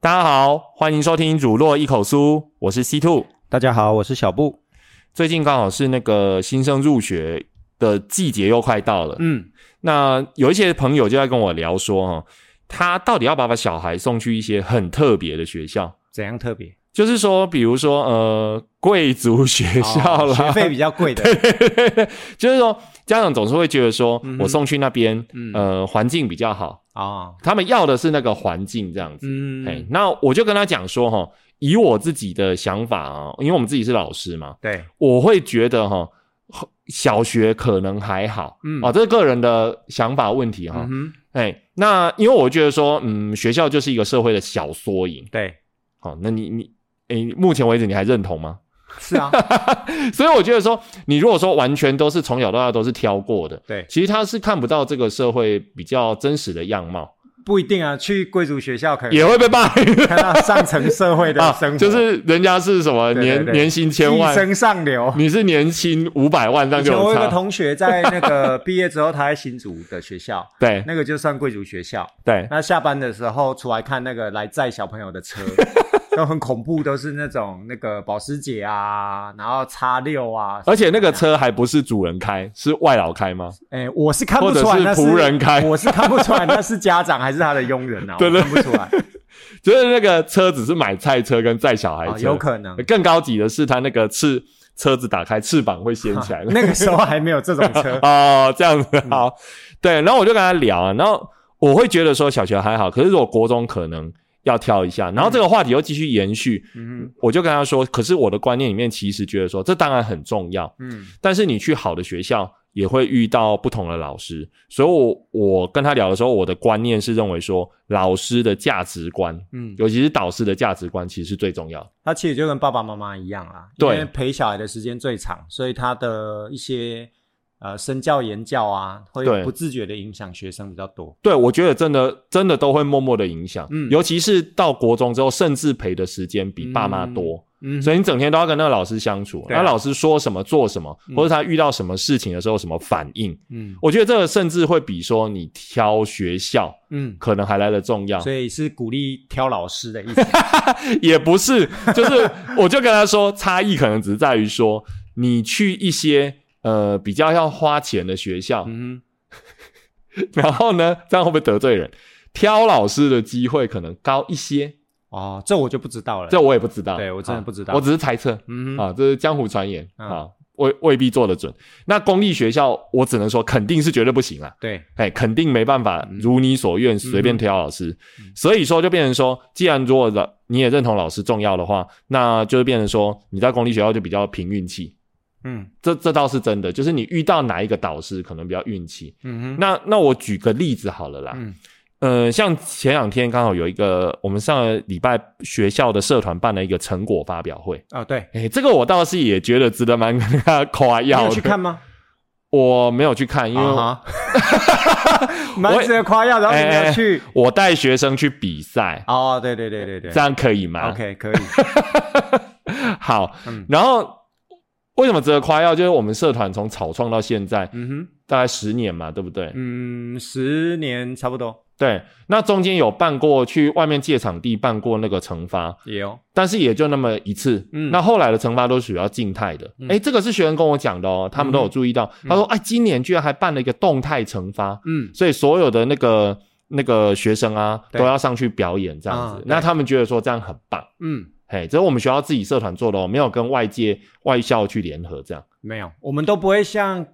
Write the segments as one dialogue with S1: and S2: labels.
S1: 大家好，欢迎收听《乳酪一口酥》，我是 C Two。
S2: 大家好，我是小布。
S1: 最近刚好是那个新生入学的季节又快到了，
S2: 嗯，
S1: 那有一些朋友就在跟我聊说，哈，他到底要不要把小孩送去一些很特别的学校？
S2: 怎样特别？
S1: 就是说，比如说，呃，贵族学校
S2: 哦
S1: 啦，
S2: 学费比较 贵的，
S1: 就是说，家长总是会觉得说，
S2: 嗯哼
S1: 我送去那边，
S2: 嗯
S1: 呃，环境比较好，
S2: 哦，
S1: 他们要的是那个环境这样子。哎、
S2: 嗯，
S1: 那我就跟他讲说，哈，以我自己的想法啊，因为我们自己是老师嘛，
S2: 对，
S1: 我会觉得哈，小学可能还好，
S2: 嗯
S1: 哦，这是个人的想法问题哈
S2: 嗯，哼，
S1: 哎、那因为我觉得说，嗯，学校就是一个社会的小缩影，
S2: 对，
S1: 好、那你你，哎、目前为止你还认同吗？
S2: 是啊，
S1: 所以我觉得说，你如果说完全都是从小到大都是挑过的，
S2: 对，
S1: 其实他是看不到这个社会比较真实的样貌，
S2: 不一定啊，去贵族学校可能
S1: 也会被骂
S2: 看到上层社会的生 活，
S1: 啊，就是人家是什么
S2: 对对
S1: 年
S2: 对
S1: 年薪千
S2: 一
S1: 万，
S2: 生上流。
S1: 你是年薪五百万，那
S2: 以
S1: 就
S2: 前我
S1: 有
S2: 有个
S1: 差。
S2: 同学在那个 毕业之后，他在新竹的学校，
S1: 对
S2: 那个就算贵族学校。
S1: 对，
S2: 那下班的时候出来看那个来载小朋友的 车，都很恐怖，都是那种那个保时捷啊，然后叉六啊，
S1: 而且那个车还不是主人开，是外劳开吗？
S2: 哎，我是看不
S1: 或者
S2: 出来
S1: 是
S2: 那
S1: 仆人开
S2: 我是看不出来那是家长还是他的佣人 啊，
S1: 对对
S2: 我看不出来，
S1: 就是那个车只是买菜车跟载小孩
S2: 啊，
S1: 车，
S2: 有可能
S1: 更高级的是它那个翅车子打开翅膀会掀起来，，
S2: 啊那个时嗯候还没有这种车
S1: 哦，这样子好，对，然后我就跟他聊啊，然后我会觉得说小学还好，可是我国中可能要跳一下，然后这个话题又继续延续，
S2: 嗯
S1: 我就跟他说，可是我的观念里面其实觉得说这当然很重要，
S2: 嗯
S1: 但是你去好的学校也会遇到不同的老师，所以我我跟他聊的时候，我的观念是认为说老师的价值观，
S2: 嗯，
S1: 尤其是导师的价值观，其实是最重要的。
S2: 他其实就跟爸爸妈妈一样啦，
S1: 对
S2: 因为陪小孩的时间最长，所以他的一些呃身教言教啊，会
S1: 对
S2: 不自觉的影响学生比较多，
S1: 对，我觉得真的真的都会默默的影响，
S2: 嗯
S1: 尤其是到国中之后，甚至陪的时间比爸妈多，
S2: 嗯
S1: 所
S2: 以
S1: 以你整天都要跟那个老师相处，
S2: 对
S1: 那、
S2: 啊
S1: 老师说什么做什么，或者他遇到什么事情的时候什么反应，
S2: 嗯
S1: 我觉得这个甚至会比说你挑学校
S2: 嗯，
S1: 可能还来的重要
S2: 所。以是鼓励挑老师 的意思，
S1: 也不是，就是我就跟他说，差异可能只是在于说，你去一些呃比较要花钱的学校，
S2: 嗯哼，
S1: 然后呢，这样会不会得罪人？挑老师的机会可能高一些，
S2: 哦，这我就不知道了，
S1: 这我也不知道，
S2: 对我真的不知道
S1: 啊我只是猜测
S2: 嗯哼
S1: 啊，这是江湖传言
S2: 嗯
S1: 啊，未未必做得准。那公立学校，我只能说肯定是绝对不行啊，
S2: 对，
S1: 哎，肯定没办
S2: 嗯
S1: 法如你所愿随便挑老师，所以说就变成说，既然如果老你也认同老师重要的话，那就是变成说你在公立学校就比较凭运气，
S2: 嗯
S1: 这这倒是真的，就是你遇到哪一个导师可能比较运气。
S2: 嗯哼，
S1: 那那我举个例子好了啦，
S2: 嗯
S1: 呃，像前两天刚好有一个我们上个礼拜学校的社团办了一个成果发表会，
S2: 哦对，
S1: 哎，这个我倒是也觉得值得蛮 跟大家夸
S2: 你
S1: 耀
S2: 有
S1: 的。
S2: 去看吗？
S1: 我没有去看，因为
S2: 啊哈 蛮值得夸耀的，然后你没有去。
S1: 我带学生去比赛，
S2: 哎哦，对对对对对
S1: 这样可以吗
S2: o k 可以。
S1: 好，
S2: 嗯
S1: 然后为什么值得夸耀？就是我们社团从草创到现在
S2: 嗯哼，
S1: 大概十年嘛，对不对？
S2: 嗯，十年差不多
S1: 对，那中间有办过去外面借场地办过那个惩罚，
S2: 也有。
S1: 但是也就那么一次。
S2: 嗯
S1: 那后来的惩罚都属于要静态的。哎、这个是学员跟我讲的哦，他们都
S2: 嗯
S1: 有注意到。他说：“哎，今年居然还办了一个动态惩罚，
S2: 嗯
S1: 所以所有的那个那个学生啊，
S2: 对
S1: 都要上去表演这样
S2: 啊
S1: 子。
S2: 对
S1: 那他们觉得说这样很棒，
S2: 嗯，
S1: 嘿，这是我们学校自己社团做的哦，没有跟外界外校去联合这样。
S2: 没有，我们都不会像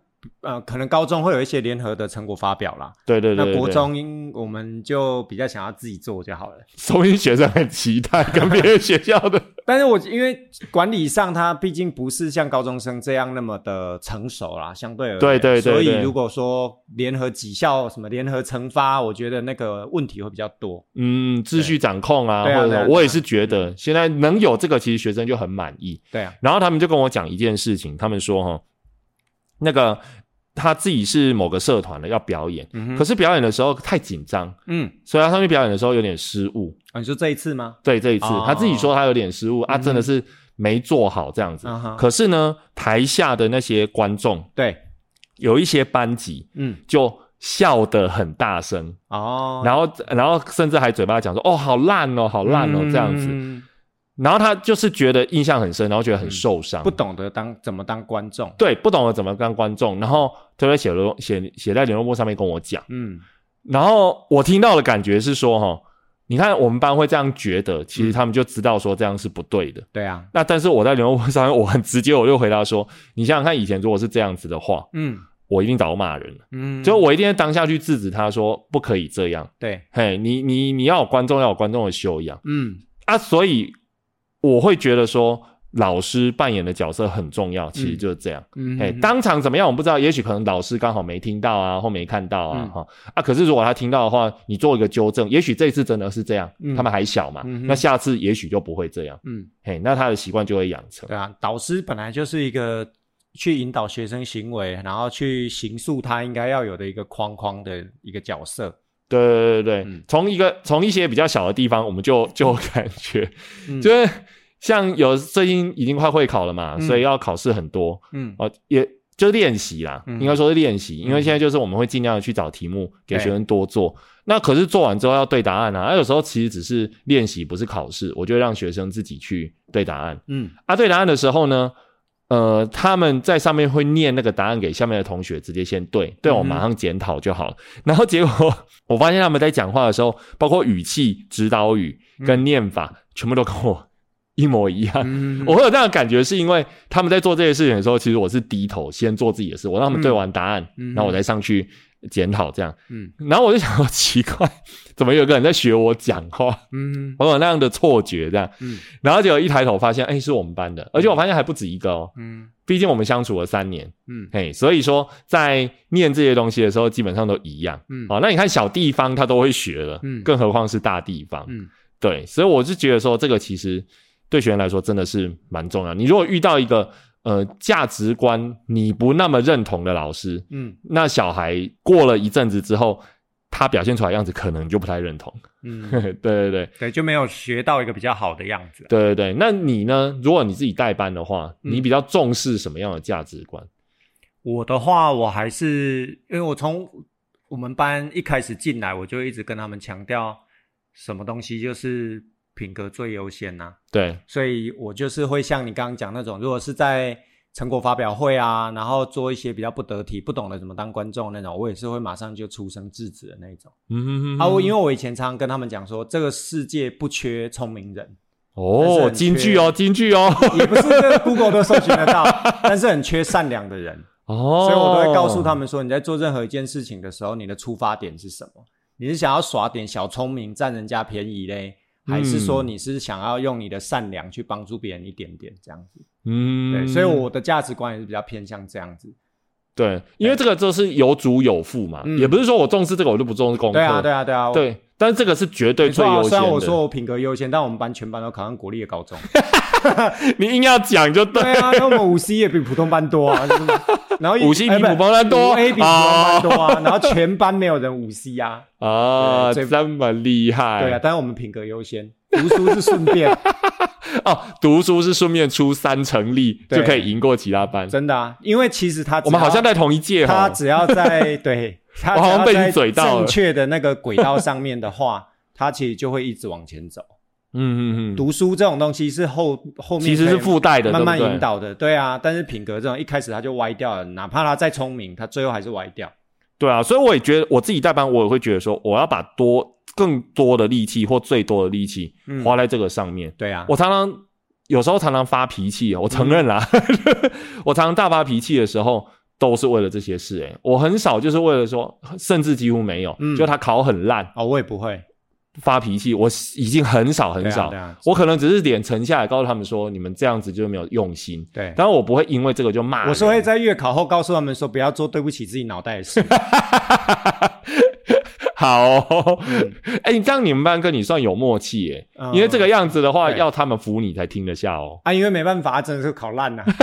S2: 呃，可能高中会有一些联合的成果发表啦。
S1: 对对对对
S2: 那国
S1: 对
S2: 中我们就比较想要自己做就好了。
S1: 收音学生很期待跟别的学校 的
S2: 但是我因为管理上，它毕竟不是像高中生这样那么的成熟啦，相对而言。
S1: 对对对
S2: 所
S1: 对
S2: 以如果说联合绩校什么联合惩罚，我觉得那个问题会比较多。
S1: 嗯秩序掌控啊，
S2: 对啊
S1: 或者
S2: 对
S1: 什
S2: 啊
S1: 么
S2: 对啊
S1: 我也是觉得现在能有这个，其实学生就很满意。
S2: 对啊，
S1: 然后他们就跟我讲一件事情，他们说哈，那个他自己是某个社团的要表演，
S2: 嗯
S1: 可
S2: 哼，
S1: 是表演的时候太紧张，
S2: 嗯，
S1: 所以他上去表演的时候有点失误。
S2: 啊，你说这一次吗？
S1: 对，这一次、
S2: 哦
S1: 他自己说他有点失误啊，
S2: 嗯哼
S1: 真的是没做好这样子。
S2: 啊哈
S1: 可是呢，台下的那些观众
S2: 对，
S1: 有一些班级
S2: 嗯，
S1: 就笑得很大声，
S2: 哦，
S1: 然后然后甚至还嘴巴讲说：“哦，好烂哦，好烂哦”
S2: 嗯嗯
S1: 这样子。然后他就是觉得印象很深，然后觉得很受伤，
S2: 不懂得当怎么当观众，
S1: 对，不懂得怎么当观众，然后他在写了写写在联络簿上面跟我讲。
S2: 嗯，
S1: 然后我听到的感觉是说，哈，你看我们班会这样觉得，其
S2: 嗯
S1: 实他们就知道说这样是不对的。
S2: 对啊，
S1: 那但是我在联络簿上面，我很直接，我就回答说，你想想看，以前如果是这样子的话，
S2: 嗯
S1: 我一定早骂人了，
S2: 嗯，
S1: 就我一定在当下去制止他说不可以这样。
S2: 对，
S1: 嘿，你你你要有观众要有观众的修养
S2: 嗯
S1: 啊，所以我会觉得说。老师扮演的角色很重要，其实就是这样。
S2: 嗯，
S1: 哎、当场怎么样我们不知道，也许可能老师刚好没听到啊，或没看到
S2: 嗯
S1: 啊，哈、啊。可是如果他听到的话，你做一个纠正，也许这一次真的是这样，
S2: 嗯
S1: 他们还小嘛，
S2: 嗯哼
S1: 那下次也许就不会这样，
S2: 嗯，
S1: 嘿，那他的习惯就会养成。
S2: 对啊，导师本来就是一个去引导学生行为，然后去形塑他应该要有的一个框框的一个角色，
S1: 对对对对
S2: 嗯，
S1: 从、一个从一些比较小的地方，我们就就感觉，
S2: 嗯
S1: 就是像有最近已经快会考了嘛，
S2: 嗯
S1: 所以要考试很多
S2: 嗯
S1: 哦、也。就练习啦，
S2: 嗯
S1: 应该说是练习，因为
S2: 嗯
S1: 现在就是我们会尽量的去找题目给
S2: 对
S1: 学生多做。那可是做完之后要对答案啊，那有时候其实只是练习，不是考试。我就会让学生自己去对答案。
S2: 嗯
S1: 啊，对答案的时候呢，呃，他们在上面会念那个答案给下面的同学，直接先对，对我
S2: 嗯哼
S1: 马上检讨就好了。然后结果我发现他们在讲话的时候，包括语气、指导语跟念法，全部都跟我一模一样。
S2: 嗯
S1: 我会有这样的感觉，是因为他们在做这些事情的时候，其实我是低头先做自己的事，我让他们对完答案，
S2: 嗯嗯
S1: 然后我再上去检讨这样。
S2: 嗯
S1: 然后我就想说， 奇怪，怎么有个人在学我讲话？
S2: 嗯
S1: 我有那样的错觉这样。
S2: 嗯
S1: 然后结果一抬头发现，哎，是我们班的，而且我发现还不止一个哦。
S2: 嗯
S1: 毕竟我们相处了三年，
S2: 嗯
S1: 嘿，所以说在念这些东西的时候，基本上都一样。
S2: 嗯，
S1: 哦好、那你看小地方他都会学了，
S2: 嗯
S1: 更何况是大地方。
S2: 嗯
S1: 对，所以我是觉得说，这个其实对学员来说真的是蛮重要。你如果遇到一个呃价值观你不那么认同的老师，
S2: 嗯
S1: 那小孩过了一阵子之后，他表现出来的样子可能就不太认同。
S2: 嗯，
S1: 对对对
S2: 对，就没有学到一个比较好的样子啊。
S1: 对对对。那你呢？如果你自己带班的话，
S2: 嗯
S1: 你比较重视什么样的价值观？
S2: 我的话，我还是因为我从我们班一开始进来，我就一直跟他们强调什么东西就是品格最优先啊呐、
S1: 对，
S2: 所以我就是会像你刚刚讲那种，如果是在成果发表会啊，然后做一些比较不得体、不懂得怎么当观众那种，我也是会马上就出声制止的那一种。
S1: 嗯哼哼
S2: 啊，我因为
S1: 为
S2: 我以前常常跟他们讲说，这个世界不缺聪明人， 但是
S1: 哦，
S2: 很
S1: 京
S2: 缺
S1: 剧哦，京剧哦，
S2: 也不是这个 Google 都搜寻得到，但是很缺善良的人。
S1: 哦，
S2: 所以我都会告诉他们说，你在做任何一件事情的时候，你的出发点是什么？你是想要耍点小聪明占人家便宜嘞，还是说
S1: 嗯
S2: 你是想要用你的善良去帮助别人一点点这样子？
S1: 嗯，
S2: 对，所以我的价值观也是比较偏向这样子。
S1: 对，因为这个就是有主有父嘛，
S2: 嗯
S1: 也不是说我重视这个我就不重视功课，
S2: 对啊，对啊，对啊。
S1: 对，但是这个是绝对
S2: 没错
S1: 最
S2: 啊
S1: 优先的。
S2: 虽然我说我品格优先，但我们班全班都考上国立的高中。
S1: 你硬要讲就对，
S2: 对啊，那我们五 C 也比普通班多啊，就是然后
S1: 五 C
S2: 哎
S1: 比
S2: 不
S1: 普通班多
S2: 五 A 比普通班多啊， 然后全班没有人五 C 啊。
S1: 啊，
S2: 对最
S1: 这么厉害。
S2: 对啊，但是我们品格优先，读书是顺便，
S1: 哦，读书是顺便出三成力
S2: 对
S1: 就可以赢过其他班。
S2: 真的啊，因为其实他只
S1: 我们好
S2: 要
S1: 像在同一届
S2: 他
S1: 哈，
S2: 只要在 对，他
S1: 我好像
S2: 只
S1: 被
S2: 要
S1: 你
S2: 在
S1: 嘴到了
S2: 正确的那个轨道上面的话，他其实就会一直往前走。
S1: 嗯嗯嗯，
S2: 读书这种东西是后后面
S1: 其实
S2: 可
S1: 是
S2: 以
S1: 附带的，
S2: 慢慢
S1: 对不对
S2: 引。导的，对啊。但是品格这种一开始他就歪掉了，哪怕他再聪明，他最后还是歪掉。
S1: 对啊，所以我也觉得我自己带班，我也会觉得说，我要把多更多的力气或最多的力气
S2: 嗯
S1: 花在这个上面。
S2: 对啊，
S1: 我常常有时候常常发脾气哦，我承认啦，
S2: 嗯
S1: 我常常大发脾气的时候都是为了这些事、欸。我很少就是为了说，甚至几乎没有，
S2: 嗯
S1: 就他考很烂
S2: 哦，我也不会，
S1: 发脾气，我已经很少
S2: 对
S1: 很
S2: 啊
S1: 少。
S2: 对啊，
S1: 我可能只是脸沉下来，告诉他们说，你们这样子就没有用心。
S2: 对。
S1: 当然，我不会因为这个就骂人。
S2: 我是会在月考后告诉他们说，不要做对不起自己脑袋的事。
S1: 好、哦，哎、你这样你们班跟你算有默契耶、
S2: 嗯
S1: 因为这个样子的话，
S2: 对
S1: 要他们服你才听得下哦。
S2: 啊，因为没办法，真的是考烂了、啊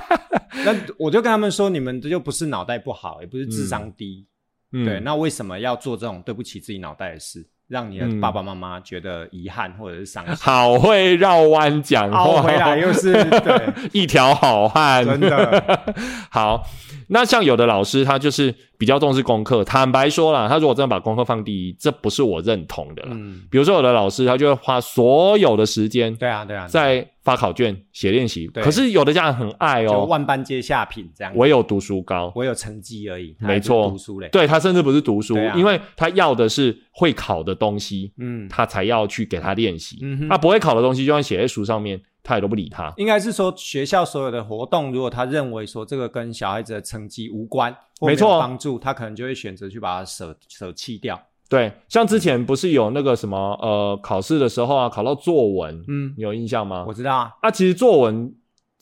S2: 那我就跟他们说，你们这就不是脑袋不好，也不是智商低，
S1: 嗯
S2: 对，那为什么要做这种对不起自己脑袋的事，让你的
S1: 嗯
S2: 爸爸妈妈觉得遗憾或者是 伤 心？
S1: 好会绕弯讲话，
S2: 凹回来又是 对，
S1: 一条好汉，
S2: 真的
S1: 好。那像有的老师，他就是比较重视功课。坦白说啦，他如果真的把功课放第一，这不是我认同的啦。
S2: 嗯，
S1: 比如说有的老师，他就会花所有的时间
S2: 对啊，对啊，
S1: 在发考卷、写练习。
S2: 对
S1: 可是有的家长很爱
S2: 就
S1: 哦，
S2: 万般皆下品这样。我
S1: 唯有读书高。
S2: 我有成绩而已，他
S1: 没
S2: 还不是
S1: 错
S2: 读书嘞。，
S1: 对他甚至不是读书，
S2: 对啊
S1: 因为他要的是会考的东西，
S2: 嗯，
S1: 他才要去给他练习。
S2: 嗯哼
S1: 他不会考的东西，就算写在书上面，他也都不理他。
S2: 应该是说学校所有的活动，如果他认为说这个跟小孩子的成绩无关，或
S1: 没
S2: 有
S1: 错
S2: 帮助，他可能就会选择去把它舍舍弃掉。
S1: 对，像之前不是有那个什么呃，考试的时候啊，考到作文，
S2: 嗯，
S1: 你有印象吗
S2: 我？知道啊，
S1: 啊，其实作文，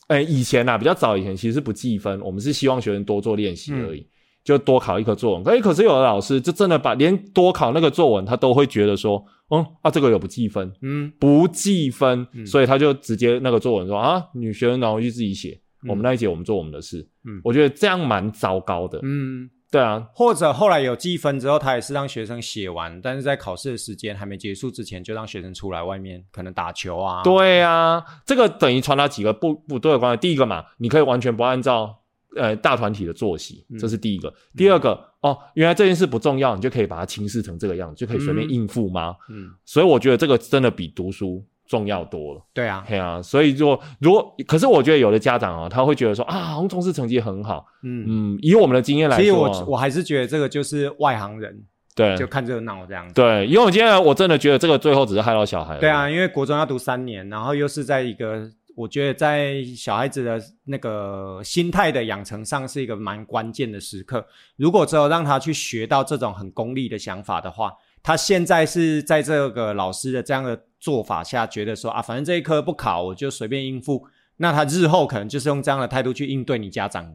S1: 哎，以前啊，比较早以前其实是不计分，我们是希望学生多做练习而已，
S2: 嗯
S1: 就多考一科作文。可是可是有的老师就真的把连多考那个作文，他都会觉得说，嗯啊，这个有不计分，
S2: 嗯，
S1: 不计分，
S2: 嗯
S1: 所以他就直接那个作文说啊，女学生然后去自己写，
S2: 嗯
S1: 我们那一节我们做我们的事。
S2: 嗯
S1: 我觉得这样蛮糟糕的。
S2: 嗯，
S1: 对啊，
S2: 或者后来有积分之后，他也是让学生写完，但是在考试的时间还没结束之前，就让学生出来外面可能打球啊。，
S1: 对啊，这个等于传达几个不不对的观点。第一个嘛，你可以完全不按照呃大团体的作息，
S2: 嗯
S1: 这是第一个。第二个、哦，原来这件事不重要，你就可以把它轻视成这个样子，就可以随便
S2: 嗯
S1: 应付吗？
S2: 嗯，
S1: 所以我觉得这个真的比读书重要多了。
S2: 对啊，
S1: 对啊，所以如果如果，可是我觉得有的家长啊，他会觉得说啊，红虫是成绩很好，
S2: 嗯，
S1: 嗯，以我们的经验来
S2: 其实
S1: 说啊、
S2: 我我还是觉得这个就是外行人，
S1: 对
S2: 就看热闹这样子。
S1: 对，因为我今天我真的觉得这个最后只是害到小孩。
S2: 对，啊，因为国中要读三年，然后又是在一个我觉得在小孩子的那个心态的养成上是一个蛮关键的时刻。如果只有让他去学到这种很功利的想法的话，他现在是在这个老师的这样的做法下，觉得说啊，反正这一科不考，我就随便应付。那他日后可能就是用这样的态度去应对你家长，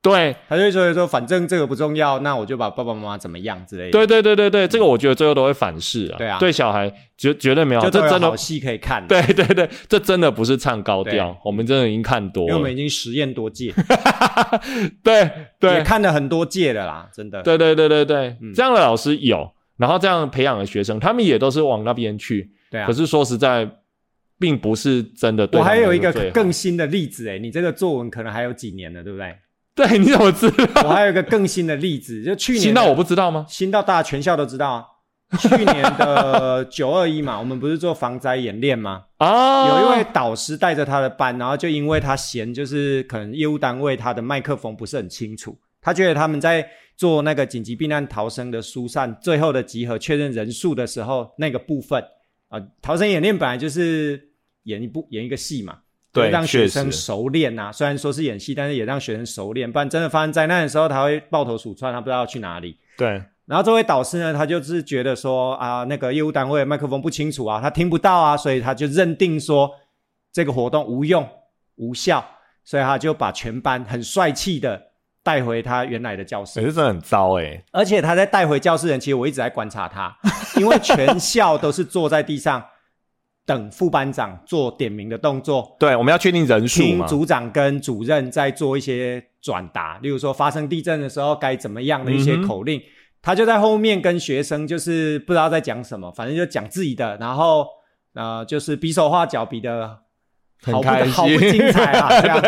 S1: 对，
S2: 他就会觉得说，反正这个不重要，那我就把爸爸妈妈怎么样之类的。
S1: 对对对对对，这个我觉得最后都会反噬啊。
S2: 嗯对啊
S1: 对小孩绝绝对没有，
S2: 就都
S1: 啊这
S2: 有
S1: 真
S2: 好
S1: 的，
S2: 戏可以看，，
S1: 对对对，这真的不是唱高
S2: 对
S1: 调，我们真的已经看多
S2: 因为我们
S1: 了
S2: 已。经实验多届，
S1: 对
S2: 也
S1: 对
S2: 看了很多届了啦，真的。
S1: 对对对对对
S2: 嗯，
S1: 这样的老师有，然后这样培养的学生，他们也都是往那边去。
S2: 对啊，
S1: 可是说实在，并不是真的对
S2: 我
S1: 他们
S2: 还
S1: 来说
S2: 有
S1: 最
S2: 一
S1: 好。
S2: 个更新的例子哎，你这个作文可能还有几年了，对 不对？
S1: 对，你怎么知
S2: 我
S1: 道？
S2: 还有一个更新的例子，就去年
S1: 新到我不知道吗？
S2: 新到大家全校都知道啊。去年的九二一嘛，我们不是做防灾演练吗？
S1: 啊，
S2: 有一位导师带着他的班，然后就因为他嫌就是可能业务单位他的麦克风不是很清楚，他觉得他们在做那个紧急避难逃生的疏散最后的集合确认人数的时候，那个部分啊、呃逃生演练本来就是演一部演一个戏嘛，
S1: 对
S2: 就是让学生
S1: 确实
S2: 熟练啊。虽然说是演戏，但是也让学生熟练，不然真的发生灾难的时候，他会抱头鼠窜，他不知道要去哪里。
S3: 哎
S1: 对
S2: 然后这位导师呢，他就是觉得说啊，那个业务单位的麦克风不清楚啊，他听不到啊，所以他就认定说这个活动无用无效，所以他就把全班很帅气的带回他原来的教室。
S1: 是真的很糟哎、
S2: 而且他在带回教室人，其实我一直在观察他，因为全校都是坐在地上等副班长做点名的动作，
S1: 对，我们要确定人
S2: 听组长跟主任在做一些转达，例如说发生地震的时候该怎么样的一些
S1: 嗯哼
S2: 口令，他就在后面跟学生就是不知道在讲什么，反正就讲自己的，然后呃就是比手画脚比的。
S1: 很
S2: 好不
S1: 开心
S2: 好不精彩 啊！这样，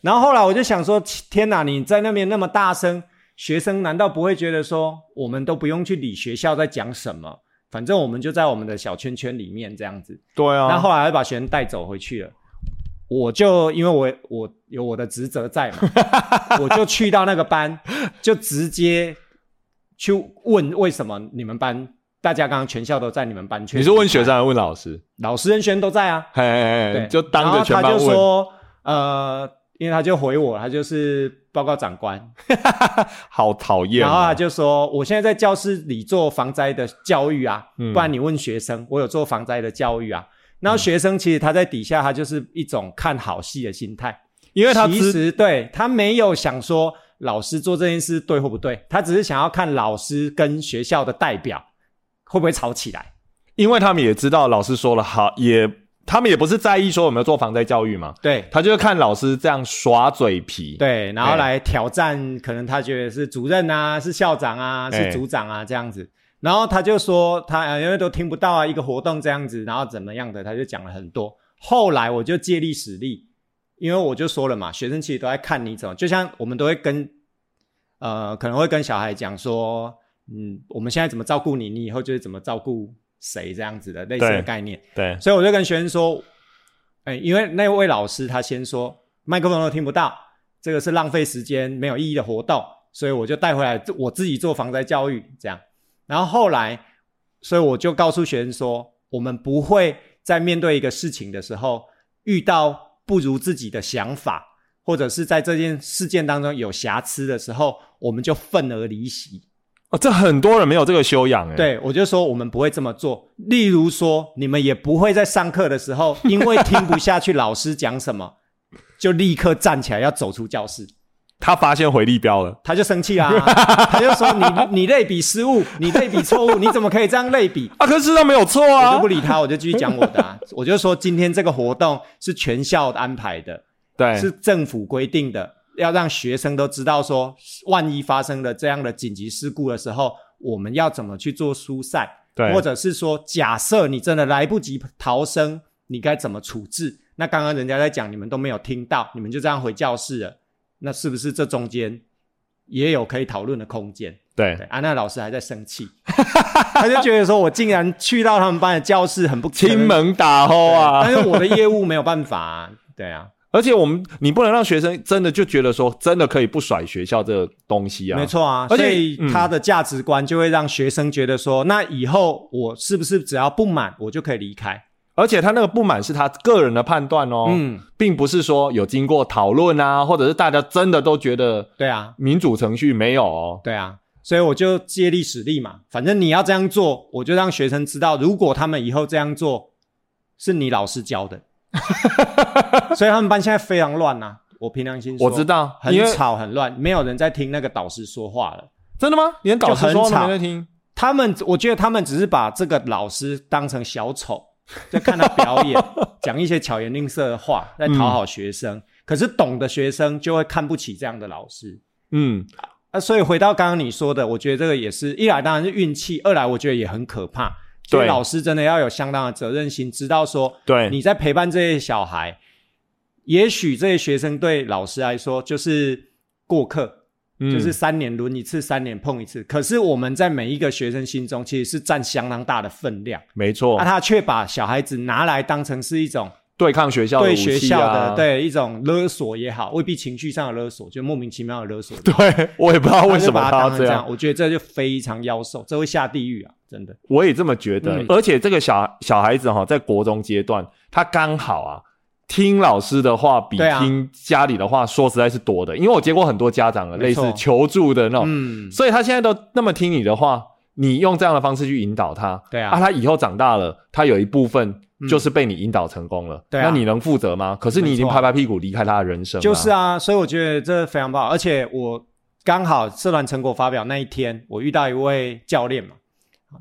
S2: 然后后来我就想说，天哪，你在那边那么大声，学生难道不会觉得说，我们都不用去理学校在讲什么，反正我们就在我们的小圈圈里面这样子？
S1: 对
S3: 哦
S1: 啊
S2: 那后来把学生带走回去了。我就因为我我有我的职责 在嘛，我就去到那个班，就直接去问为什么你们班大家刚刚全校都在你们班圈，
S3: 你是问学生还是问老师？
S2: 老师跟学生都在啊，
S3: 嘿嘿
S2: 对，
S3: 嘿，就当着全
S2: 然
S3: 班
S2: 后他就
S3: 问，
S2: 说呃，因为他就回我，他就是报告长官，
S3: 好讨厌
S1: 哦
S2: 然后
S3: 啊。
S2: 他就说：“我现在在教室里做防灾的教育啊，
S1: 嗯
S2: 不然你问学生，我有做防灾的教育啊。”然后学生其实他在底下，他就是一种看好戏的心态，
S1: 因为他
S2: 其
S1: 知
S2: 实对他没有想说老师做这件事对或不对，他只是想要看老师跟学校的代表会不会吵起来。
S3: 因为他们也知道老师说了好，也
S1: 他们也不是在意说有没有做防灾教育嘛，
S2: 对
S1: 他就是看老师这样耍嘴皮，
S2: 对，然后
S1: 哎
S2: 来挑战，可能他觉得是主任啊，是校长啊，
S3: 哎
S2: 是组长啊这样子。然后他就说他呃因为都听不到啊，一个活动这样子，然后怎么样的，他就讲了很多。后来我就借力使力，因为我就说了嘛，学生其实都在看你怎么，就像我们都会跟呃可能会跟小孩讲说，嗯，我们现在怎么照顾你，你以后就是怎么照顾谁这样子的类似的
S1: 对
S2: 概念。
S1: 对
S2: 所以我就跟学生说，哎、因为那位老师他先说麦克风都听不到，这个是浪费时间、没有意义的活动，所以我就带回来我自己做防灾教育这样。然后后来，所以我就告诉学生说，我们不会在面对一个事情的时候遇到不如自己的想法。或者是在这件事件当中有瑕疵的时候，我们就愤而离席。
S1: 哦，这很多人没有这个修养哎、欸，
S2: 对，我就说我们不会这么做。例如说，你们也不会在上课的时候，因为听不下去老师讲什么，就立刻站起来要走出教室。
S1: 他发现回力标了，
S2: 他就生气啦、他就说你你类比失误，你类比错误，你怎么可以这样类比？
S1: 啊，可是他没有错
S2: 我
S1: 啊
S2: 就不，理他，我就继续讲我的、啊。我就说今天这个活动是全校安排的，
S1: 对，
S2: 是政府规定的，要让学生都知道说，万一发生了这样的紧急事故的时候，我们要怎么去做疏散，
S1: 对
S2: 或者是说，假设你真的来不及逃生，你该怎么处置？那刚刚人家在讲，你们都没有听到，你们就这样回教室了，那是不是这中间也有可以讨论的空间？
S1: 对
S2: 对，，安、娜老师还在 生气，他就觉得说我竟然去到他们班的教室，很不可能
S1: 亲门打后
S2: 对哎
S1: 啊，
S2: 但是我的业务没有办法、啊，对 啊。
S1: 而且我们你不能让学生真的就觉得说真的可以不甩学校这个东西啊，
S2: 没，错啊，
S1: 而且嗯
S2: 所以他的价值观就会让学生觉得说，那以后我是不是只要不满我就可以离开？
S1: 而且他那个不满是他个人的判断哦，
S2: 嗯，
S1: 并不是说有经过讨论啊，或者是大家真的都觉得
S2: 对啊，
S1: 民主程序没有哦，
S2: 对啊，所以我就借力使力嘛，反正你要这样做，我就让学生知道，如果他们以后这样做，是你老师 教的。所以他们班现在非常乱呐、我凭良心说，
S1: 我知，道，
S2: 很
S1: 因为
S2: 吵很乱，没有人在听那个导师说话了。
S1: 真的吗？连导师
S2: 就
S1: 说
S2: 很
S1: 都
S2: 吵
S1: 没在听，
S2: 他们，我觉得他们只是把这个老师当成小丑，就看他表演，讲一些巧言令色的话，在讨
S1: 嗯
S2: 好学生。可是懂的学生就会看不起这样的老师。
S1: 嗯，
S2: 啊，所以回到刚刚你说的，我觉得这个也是一来当然是运气，二来我觉得也很可怕。所以
S1: 对
S2: 老师真的要有相当的责任心，知道说
S1: 对，
S2: 你在陪伴这些小孩，也许这些学生对老师来说就是过客，
S1: 嗯
S2: 就是三年轮一次，三年碰一次。可是我们在每一个学生心中，其实是占相当大的分量，
S1: 没错
S2: 那、，啊他却把小孩子拿来当成是一种
S1: 对抗学校的武
S2: 对
S1: 器啊
S2: 学校的、对一种勒索也好，未必情绪上的勒索，就莫名其妙的勒索。
S1: 对，我也不知道为
S2: 他
S1: 什
S2: 就
S1: 么
S2: 把
S1: 他
S2: 它
S1: 要
S2: 当成
S1: 这
S2: 这
S1: 样
S2: 样，。我觉得这就非常妖兽，这会下地狱啊！真的，
S1: 我也这么觉得。
S2: 嗯
S1: 而且这个小小孩子哈、在国中阶段，他刚好啊，听老师的话比
S2: 对啊
S1: 听家里的话，说实在是多的。因为我接过很多家长的类
S2: 没错
S1: 似求助的那种，
S2: 嗯，
S1: 所以他现在都那么听你的话，你用这样的方式去引导他，
S2: 对啊
S1: 啊，他以后长大了，他有一部分。
S2: 嗯
S1: 就是被你引导成功了，
S2: 对啊
S1: 那你能负责吗？可是你已经
S2: 没错
S1: 拍拍屁股离开他的人生、
S2: 就是，啊，所以我觉得这非常不好。而且我刚好社团成果发表那一天，我遇到一位教练嘛，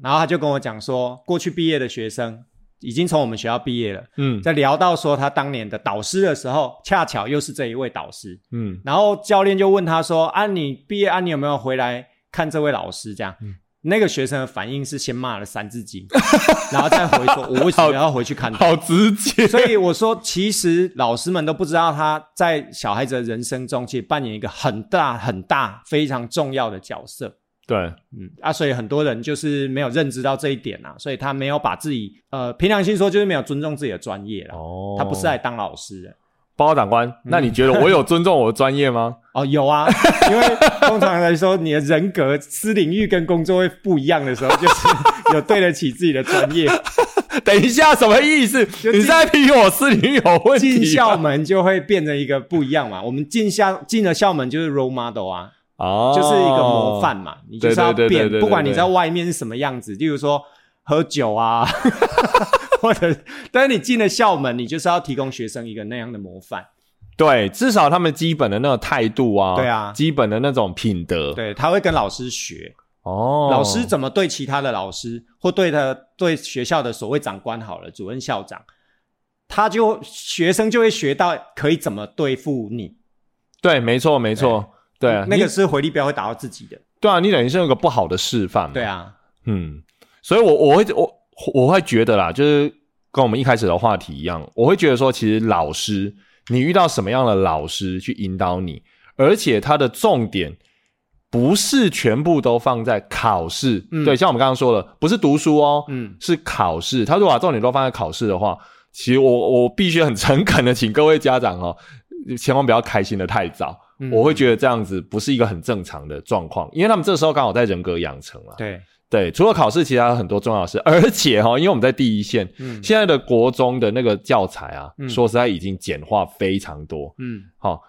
S2: 然后他就跟我讲说，过去毕业的学生已经从我们学校毕业了，
S1: 嗯
S2: 在聊到说他当年的导师的时候，恰巧又是这一位导师，
S1: 嗯，
S2: 然后教练就问他说：“啊，你毕业啊，你有没有回来看这位老师？”这样。
S1: 嗯
S2: 那个学生的反应是先骂了《三字经》， 然后再回说：“我为什么要回去看他？”
S1: 好直接，
S2: 所以我说，其实老师们都不知道他在小孩子的人生中，其实扮演一个很大、很大、非常重要的角色。
S1: 对，
S2: 嗯啊，所以很多人就是没有认知到这一点啊，所以他没有把自己呃，凭良心说，就是没有尊重自己的专业啦。
S1: 哦
S2: 他不是来当老师的
S1: 报告长官，那你觉得我有尊重我的专业吗？
S2: 哦，有啊，因为通常来说，你的人格、私领域跟工作会不一样的时候，就是 有对得起自己的专业。
S1: 等一下，什么意思？你
S2: 进
S1: 是在批我私领域有问题吧？啊
S2: 进校门就会变成一个不一样嘛。我们进校进了校门就是 role model 啊，
S1: 哦，
S2: 就是一个模范。嘛，你就是要
S1: 对对对对
S2: 变
S1: 对，对
S2: 不管你在外面是什么样子，例如说喝酒啊， 或者，但是你进了校门，你就是要提供学生一个那样的模范，
S1: 对，至少他们基本的那种态度啊，
S2: 对啊
S1: 基本的那种品德。，
S2: 对，他会跟老师学，
S1: 哦，
S2: 老师怎么对其他的老师或对他对学校的所谓长官好了，主任校长，他就学生就会学到可以怎么对付你。
S1: 对，没错，没错，对啊，
S2: 那
S1: 你
S2: 个是回力镖会打到自己的。
S1: 对啊，你等于是有个不好的示范嘛，
S2: 对啊，
S1: 嗯，所以我我会我我会觉得啦，就是跟我们一开始的话题一样，我会觉得说，其实老师，你遇到什么样的老师去引导你，而且他的重点不是全部都放在考试，
S2: 嗯
S1: 对，像我们刚刚说的，不是读书哦，
S2: 嗯，
S1: 是考试。他如果把重点都放在考试的话，其实我我必须很诚恳的请各位家长哦，千万不要开心的太早。
S2: 嗯
S1: 我会觉得这样子不是一个很正常的状况，因为他们这时候刚好在人格养成了。
S2: 对，
S1: 对，除了考试，其他有很多重要的事， 而且哈、因为我们在第一线，
S2: 嗯
S1: 现在的国中的那个教材啊，
S2: 嗯
S1: 说实在已经简化非常多。
S2: 嗯，
S1: 哈、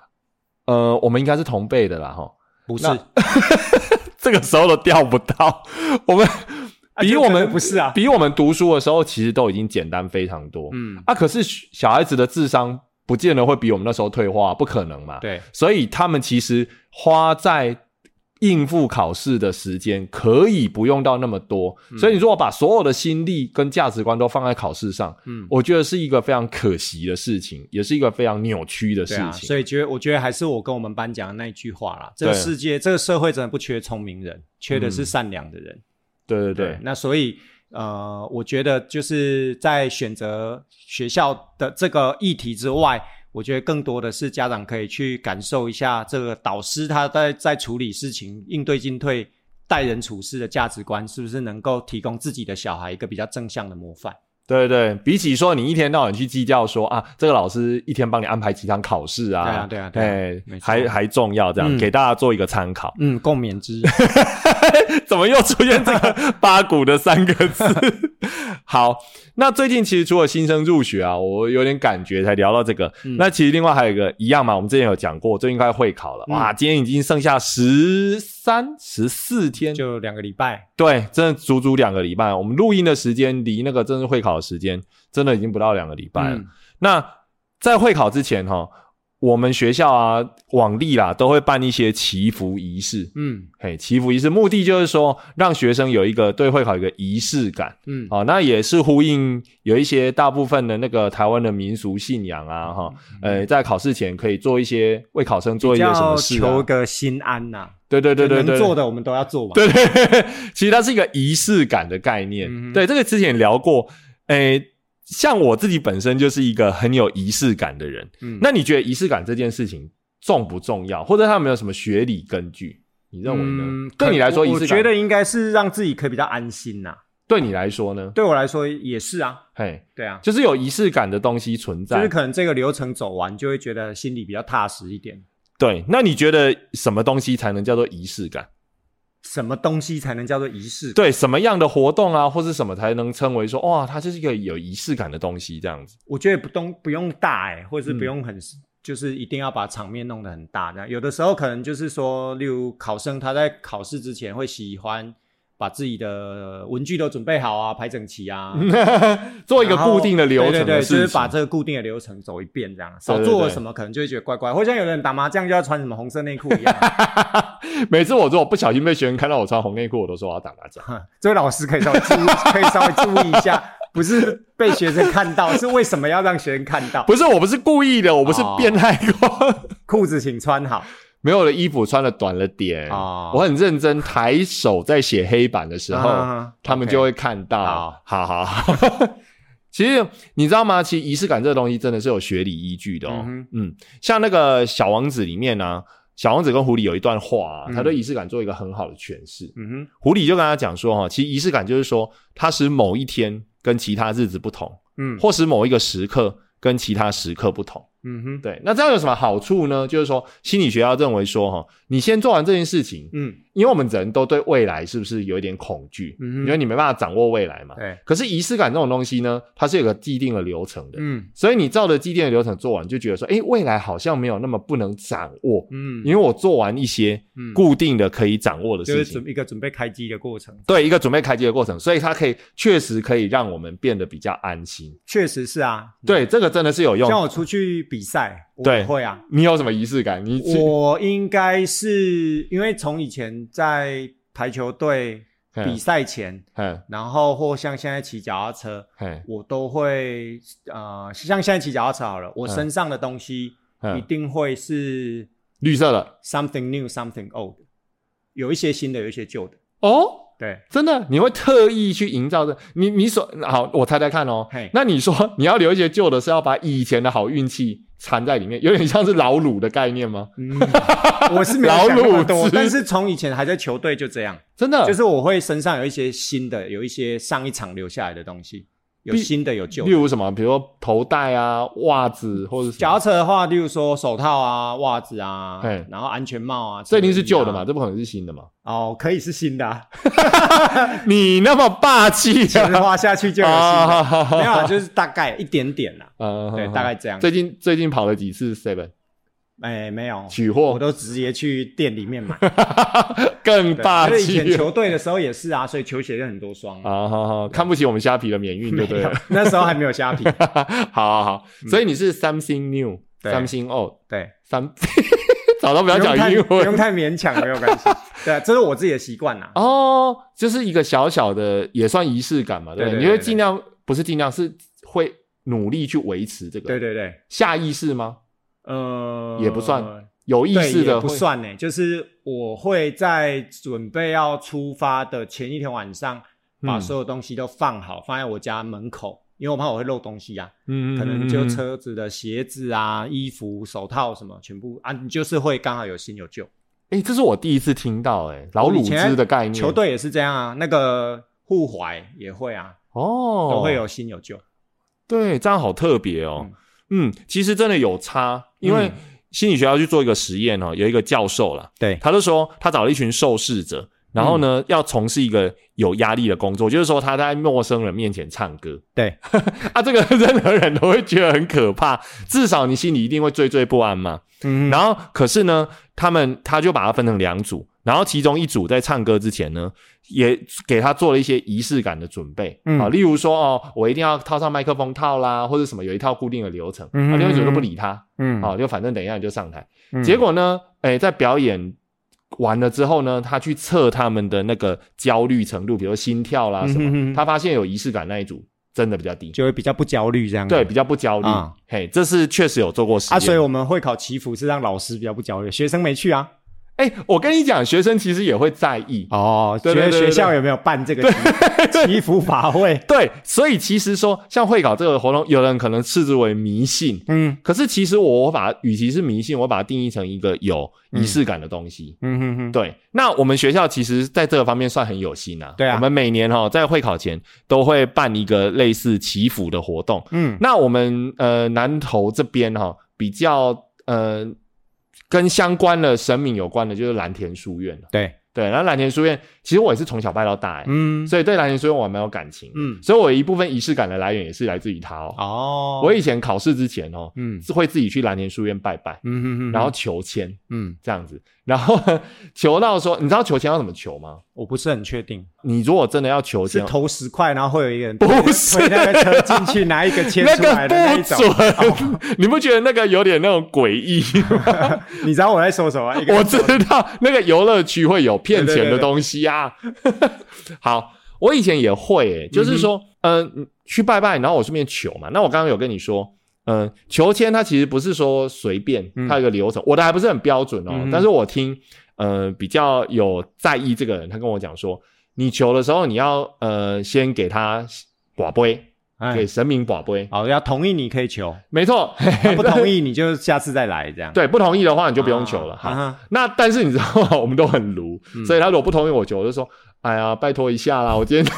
S1: 呃，我们应该是同辈的啦，哈、
S2: 不是，
S1: 那这个时候都调不到，我们
S2: 啊
S1: 比
S2: 就
S1: 我
S2: 可能
S1: 们
S2: 不是啊，
S1: 比我们读书的时候，其实都已经简单非常多。
S2: 嗯，
S1: 啊，可是小孩子的智商不见得会比我们那时候退化，不可能嘛。
S2: 对，
S1: 所以他们其实花在应付考试的时间可以不用到那么多。
S2: 嗯
S1: 所以你如果把所有的心力跟价值观都放在考试上，
S2: 嗯，
S1: 我觉得是一个非常可惜的事情，也是一个非常扭曲的事
S2: 对啊，
S1: 情。
S2: 所以觉得我觉得还是我跟我们班讲的那一句话啦，这个
S1: 对
S2: 世界这个社会真的不缺聪明人，缺的是善良的人。
S1: 对对对，
S2: 那所以呃，我觉得就是在选择学校的这个议题之外，我觉得更多的是家长可以去感受一下这个导师他在在处理事情、应对进退、待人处事的价值观，是不是能够提供自己的小孩一个比较正向的模范？
S1: 对对对，比起说你一天到晚去计较说啊，这个老师一天帮你安排几堂考试啊，
S2: 对啊对啊对啊
S1: 哎
S2: 没，错
S1: 还还重要这样，
S2: 嗯
S1: 给大家做一个参考。
S2: 嗯，共勉 之。
S1: 怎么又出现这个八股的三个字？ 好，那最近其实除了新生入学啊，我有点感觉才聊到这个。
S2: 嗯
S1: 那其实另外还有一个一样嘛，我们之前有讲过，最近快会考了，
S2: 嗯
S1: 哇，今天已经剩下十三、十四天，
S2: 就两个礼 拜，
S1: 对，真的足足两个礼拜。我们录音的时间离那个正式会考的时间，真的已经不到两个礼拜了。
S2: 嗯
S1: 那在会考之前哈、我们学校啊，往例啦都会办一些祈福仪式。
S2: 嗯
S1: 嘿，祈福仪式目的就是说，让学生有一个对会考有一个仪式感。
S2: 嗯，
S1: 哦，那也是呼应有一些大部分的那个台湾的民俗信仰
S2: 嗯
S1: 啊，哈、呃，在考试前可以做一些为考生做一些什么事、
S2: 求
S1: 啊，
S2: 个心安呐、
S1: 对对对对
S2: 能
S1: 对，
S2: 做的我们都要做嘛。
S1: 对对对，其实它是一个仪式感的概念。
S2: 嗯哼
S1: 对，这个之前也聊过，诶、像我自己本身就是一个很有仪式感的人。
S2: 嗯
S1: 那你觉得仪式感这件事情重不重要，或者它有没有什么学理根据？你认为呢？对你来说，仪
S2: 嗯我
S1: 式
S2: 我
S1: 感
S2: 觉得应该是让自己可以比较安心呐、
S1: 对你来说呢？
S2: 对我来说也是啊，
S1: 嘿，
S2: 对啊，
S1: 就是有仪式感的东西存
S2: 就是
S1: 在。
S2: 可能这个流程走完，就会觉得心里比较踏实一点。
S1: 对，那你觉得什么东西才能叫做仪式感？
S2: 什么东西才能叫做仪式？，
S1: 对，什么样的活动啊，或是什么才能称为说哇，它就是一个有仪式感的东西这样子？
S2: 我觉得不东不用大哎、或者是
S1: 嗯
S2: 不用很。就是一定要把场面弄得很大，这样有的时候可能就是说，例如考生他在考试之前会喜欢把自己的文具都准备好啊，排整齐啊，
S1: 嗯做一个固定的流程
S2: 对对
S1: 的
S2: 对，
S1: 事情，
S2: 就是把这个固定的流程走一遍，这样少
S1: 对对
S2: 做了
S1: 对
S2: 什么，可能就会觉得怪怪。或像有的人打麻将就要穿什么红色内裤一样，
S1: 每次我如果不小心被学生看到我穿红内裤，我都说我要打麻将。
S2: 哈 这位老师可以稍微注意， 可以稍微注意一下， 不是被学生看到，是为什么要让学生看到？
S1: 不是，我不是故意的，我不是
S2: 哦
S1: 变态过，
S2: 裤子请穿好，
S1: 没有我的衣服穿的短了点。
S2: 哦
S1: 我很认真抬手在写黑板的时候，
S2: 嗯
S1: 他们
S2: OK
S1: 就会看到。
S2: 好
S1: 好好好 其实你知道吗？其实仪式感这个东西真的是有学理依据的哦。
S2: 嗯哼
S1: 嗯像那个《小王子》里面呢、啊小王子跟狐狸有一段话、啊，
S2: 嗯
S1: 他对仪式感做一个很好的诠释。
S2: 嗯
S1: 狐狸就跟他讲说，哈，其实仪式感就是说，它使某一天跟其他日子不同，
S2: 哼，嗯
S1: 或使某一个时刻跟其他时刻不同。
S2: 嗯哼，
S1: 对，那这样有什么好处呢？就是说，心理学家认为说，哈，你先做完这件事情，
S2: 嗯
S1: 因为我们人都对未来是不是有一点恐惧？
S2: 嗯哼
S1: 因为你没办法掌握未来嘛。
S2: 对，
S1: 可是仪式感这种东西呢，它是有个既定的流程的，
S2: 嗯
S1: 所以你照着既定的流程做完，就觉得说，诶，未来好像没有那么不能掌握，
S2: 嗯，
S1: 因为我做完一些
S2: 嗯
S1: 固定的可以掌握的
S2: 就是
S1: 事情
S2: 准。一个准备开机的过程，
S1: 对一个准备开机的过程，所以它可以确实可以让我们变得比较安心。
S2: 确实是啊，
S1: 对，这个真的是有
S2: 像
S1: 用。
S2: 我出去比赛，我
S1: 对
S2: 也会啊，
S1: 你有什么仪式感？你
S2: 我应该是因为从以前在排球队
S1: 嘿
S2: 比赛前，
S1: 嘿，
S2: 然后或像现在骑脚踏车，
S1: 嘿，
S2: 我都会呃，像现在骑脚踏车好了，
S1: 嗯
S2: 我身上的东西一
S1: 嘿，
S2: 定会是
S1: 绿色的
S2: something new, something old，有一些新的，有一些旧的。
S1: 哦。
S2: 对，
S1: 真的，你会特意去营造的。你你所好，我猜猜看哦
S2: 嘿。
S1: 那你说你要留一些旧的，是要把以前的好运气掺在里面，有点像是老卤的概念吗？
S2: 嗯，我是没有想那么
S1: 老
S2: 多
S1: 鲁，之嗯
S2: 但是从以前还在球队就这样，
S1: 真的，
S2: 就是我会身上有一些新的，有一些上一场留下来的东西，有
S1: 比
S2: 新的有旧
S1: 例
S2: 的。
S1: 如什么，比如说头带啊、袜子或者是什
S2: 脚
S1: 么
S2: 踏车的话，例如说手套啊、袜子啊
S1: 嘿，
S2: 然后安全帽啊，
S1: 这一定是旧的嘛，
S2: 衬衣
S1: 这不可能是新的嘛。
S2: 啊？哦，可以是新 的、啊，
S1: 你那么霸气
S2: 钱
S1: 啊！
S2: 花下去就有新的。 没 有啊，
S1: 啊，
S2: 就是大概一点点 啦，
S1: 嗯
S2: 对，大概这样。
S1: 最近最近跑了几次 seven
S2: 哎，没有，
S1: 取
S2: 我
S1: 货，
S2: 都直接去店里 面买。
S1: 更
S2: 对
S1: 霸
S2: 因为以前
S1: 气
S2: 球队的时候也是啊，所以球鞋就很多双啊。
S1: 啊！好好看不起我们虾皮的免运，对不
S2: 没
S1: 对
S2: 有
S1: 了？，
S2: 那时候还没 有虾皮。
S1: 好好好，所以你是 something new,
S2: 嗯对
S1: something old,
S2: 对，
S1: some 早到不要讲
S2: 不
S1: 英
S2: 用太不用
S1: 文
S2: 太勉强，没有关 系。对啊，这是我自己的习惯啦。
S1: 哦，就是一个小小的也算仪式感嘛，对不
S2: 对对
S1: 你会
S2: 对对
S1: 尽量不是尽量是会努力去维持这个，
S2: 对对对，
S1: 下意识吗？
S2: 呃，
S1: 也不算有意
S2: 对，
S1: 识
S2: 也
S1: 的
S2: 不
S1: 会
S2: 算呢。欸就是我会在准备要出发的前一天晚上，把
S1: 嗯
S2: 所有东西都放好，放在我家门口，因为我怕我会漏东西啊。
S1: 嗯
S2: 可能就车子的鞋子啊、衣服、手套什么，全部啊，你就是会刚好有新有旧。
S1: 哎、诶这是我第一次听到哎、诶老
S2: 以
S1: 乳
S2: 前
S1: 汁的概念，
S2: 球队也是这样啊，那个护踝也会啊，
S1: 哦，
S2: 都会有新有旧。
S1: 对，这样好特别哦。嗯其实真的有差，因为
S2: 嗯
S1: 心理学要去做一个实验哦，有一个教授啦，
S2: 对嗯
S1: 他就说他找了一群受试者，然后呢、要从事一个有压力的工作，就是说他在陌生人面前唱歌。
S2: 对
S1: 啊，这个任何人都会觉得很可怕，至少你心里一定会惴惴不安嘛。
S2: 嗯
S1: 然后可是呢，他们他就把它分成两组，然后其中一组在唱歌之前呢，也给他做了一些仪式感的准备，
S2: 嗯
S1: 啊，例如说哦，我一定要套上麦克风套啦，或者什么有一套固定的流程，
S2: 嗯
S1: 啊，
S2: 哼
S1: 另外一组就不理他，
S2: 嗯
S1: 啊，就反正等一下你就上台。
S2: 嗯
S1: 结果呢，哎，在表演。完了之后呢，他去测他们的那个焦虑程度，比如心跳啦什么，
S2: 嗯哼哼
S1: 他发现有仪式感那一组真的比较低，
S2: 就会比较不焦虑这样。
S1: 对，比较不焦虑。
S2: 啊
S1: 嘿，这是确实有做过实验。
S2: 啊，所以我们会考祈福是让老师比较不焦虑，学生没去啊。
S1: 哎、我跟你讲，学生其实也会在意。
S2: 哦，
S1: 对对
S2: 觉得
S1: 对对
S2: 学校有没有办这个祈祈福法 会？
S1: 对，所以其实说像会考这个活动，有人可能视之为迷信，
S2: 嗯
S1: 可是其实我把它，与其是迷信，我把它定义成一个有仪式感的东西。
S2: 嗯哼哼，
S1: 对，那我们学校其实在这个方面算很有心啊。
S2: 对啊
S1: 我们每年哦，在会考前都会办一个类似祈福的活动。
S2: 嗯
S1: 那我们呃南投这边哈、比较呃跟相关的神明有关的，就是蓝田书院了
S2: 对，
S1: 对，然后蓝田书院，其实我也是从小拜到大、欸，
S2: 嗯
S1: 所以对蓝田书院我蛮有感情，
S2: 嗯，
S1: 所以我一部分仪式感的来源也是来自于他哦。
S2: 哦，
S1: 我以前考试之前哦，
S2: 嗯
S1: 是会自己去蓝田书院拜拜，
S2: 嗯哼哼，
S1: 然后求签
S2: 嗯，
S1: 这样子，然后 呵求到说，你知道求签要怎么求吗？
S2: 我不是很确定，
S1: 你如果真的要求
S2: 是
S1: 签，
S2: 投十块，然后会有一个人
S1: 不是
S2: 推那个车进去拿一个签
S1: 那
S2: 出来
S1: 个
S2: 的那一
S1: 不
S2: 种。
S1: 准， 你不觉得那个有点那种诡异吗？
S2: 你知道我在说什么？一 个
S1: 我知道那个游乐区会有骗钱的东西啊。 好，我以前也会、欸，就是说，嗯、去拜拜，然后我顺便求嘛。那我刚刚有跟你说，嗯、求签它其实不是说随便，它有一个流程，我的还不是很标准哦。
S2: 嗯嗯哼
S1: 但是我听，呃，比较有在意这个人，他跟我讲说，你求的时候你要呃先给他寡杯，
S2: 哎
S1: 给神明寡杯，
S2: 好，要同意你可以求，
S1: 没错。
S2: 啊不同意你就下次再来这样。，啊
S1: 对，不同意的话你就不用求了。好，
S2: 哈，
S1: 那但是你知道吗？我们都很鲁，
S2: 嗯
S1: 所以他如果不同意我求，我就说：“哎呀，拜托一下啦，我今天，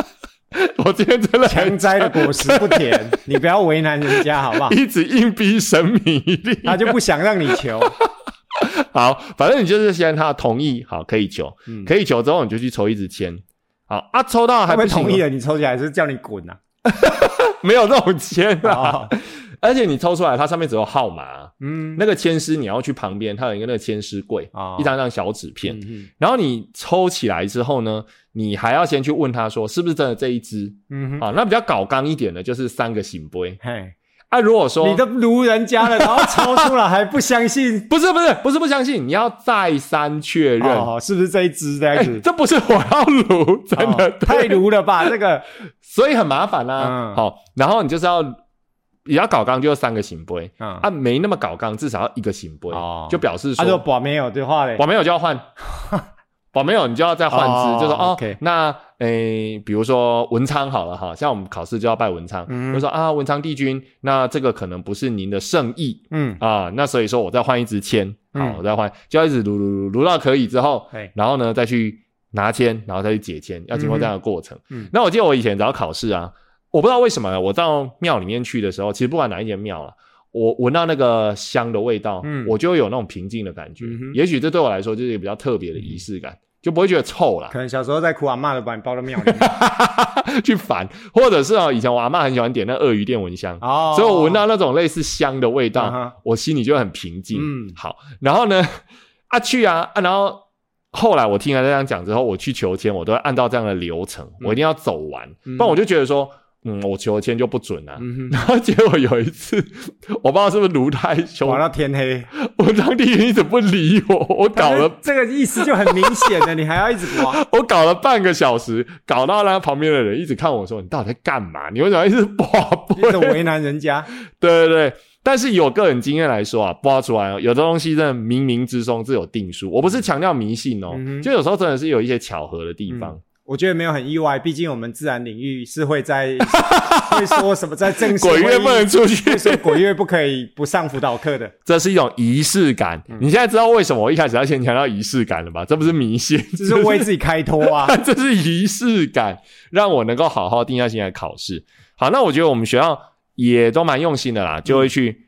S1: 我今天真的
S2: 强
S1: 很
S2: 摘的果实不 甜，你不要为难人家好不好？
S1: 一直硬逼神明一定
S2: 他就不想让你求。
S1: 好，反正你就是先他同意，好可以求，
S2: 嗯
S1: 可以求之后你就去抽一支签。”好啊，抽到
S2: 他
S1: 还
S2: 们
S1: 不行
S2: 同意，了，你抽起来是叫你滚啊！
S1: 没有这种签啊！
S2: 哦
S1: 而且你抽出来，它上面只有号码，
S2: 嗯，
S1: 那个签师你要去旁边，它有一个那个签师柜，
S2: 哦
S1: 一张张小纸片
S2: 嗯，嗯
S1: 然后你抽起来之后呢，你还要先去问他说是不是真的这一支，
S2: 嗯哼，
S1: 啊，那比较搞刚一点的就是三个醒杯
S2: 嘿，
S1: 啊，如果说，
S2: 你都如人家了，然后抄出来还不相信
S1: 不是不是不是不相信，你要再三确认。
S2: 哦，是不是这一只这样
S1: 哎
S2: 子？
S1: 这不是我要撸，真的、
S2: 哦太如了吧？这 个
S1: 所以很麻烦啦、
S2: 嗯
S1: 好、然后你就是要也要搞刚，就三个行杯、
S2: 啊
S1: 啊，没那么搞刚，至少要一个行杯、
S2: 哦
S1: 就表示
S2: 他
S1: 说，
S2: 说保没有的话嘞
S1: 保，没有就要 换，保没有你就要再换只，
S2: 哦
S1: 就说哦
S2: OK
S1: 那诶、比如说文昌好了哈，像我们考试就要拜文昌，
S2: 嗯
S1: 就说啊，文昌帝君，那这个可能不是您的圣意
S2: 嗯，
S1: 啊，那所以说我再换一支签，好，
S2: 嗯
S1: 我再换，就要一直撸撸撸撸到可以之后，
S2: 对，
S1: 然后呢再去拿签，然后再去解签，要经过这样的过程。
S2: 嗯嗯
S1: 那我记得我以前只要考试啊，我不知道为什么我到庙里面去的时候，其实不管哪一间庙了、我闻到那个香的味道，
S2: 嗯
S1: 我就会有那种平静的感觉。
S2: 嗯哼嗯
S1: 也许这对我来说就是一个比较特别的仪式感，就不会觉得臭 啦
S2: 可，能小时候在哭阿妈的，把你抱到庙里面，
S1: 去烦，或者是哦，以前我阿妈很喜欢点那鳄鱼电蚊香，
S2: 哦，
S1: 所以我闻到那种类似香的味道，
S2: 啊哈
S1: 我心里就很平静。
S2: 嗯
S1: 好，然后呢， 啊去啊啊，然后后来我听了这样讲之后，我去求签，我都会按照这样的流程，我一定要走完，
S2: 嗯
S1: 不然我就觉得说，嗯，我求签就不准啊。
S2: 嗯
S1: 然后结果有一次， 我不知道是不是卢太
S2: 哼，
S1: 凶
S2: 玩，到天黑，
S1: 我当地人一直不理我， 我搞了
S2: 这个意思就很明显了，你还要一直 刮，
S1: 我搞了半个小时，搞到他旁边的人一直看我说：“你到底在干嘛？你为什么一直播播
S2: 一？”直为难人家，
S1: 对对对，但是以我个人经验来说啊，不知道出来哦，有的东西真的冥冥之中自有定数。我不是强调迷信哦，
S2: 嗯哼嗯
S1: 就有时候真的是有一些巧合的地方。
S2: 我觉得没有很意外，毕竟我们自然领域是会 在会说什么在正式
S1: 鬼月不
S2: 会
S1: 能
S2: 议
S1: 出 去
S2: 会，说鬼月不可以不上辅导课的，
S1: 这是一种仪式感。
S2: 嗯
S1: 你现在知道为什么我一开始要先强调仪式感了吧？这不是迷信，
S2: 这是为自己开脱啊。
S1: 这是仪式感，让我能够好好定下心来考试。好，那我觉得我们学校也都蛮用心的啦，就会去、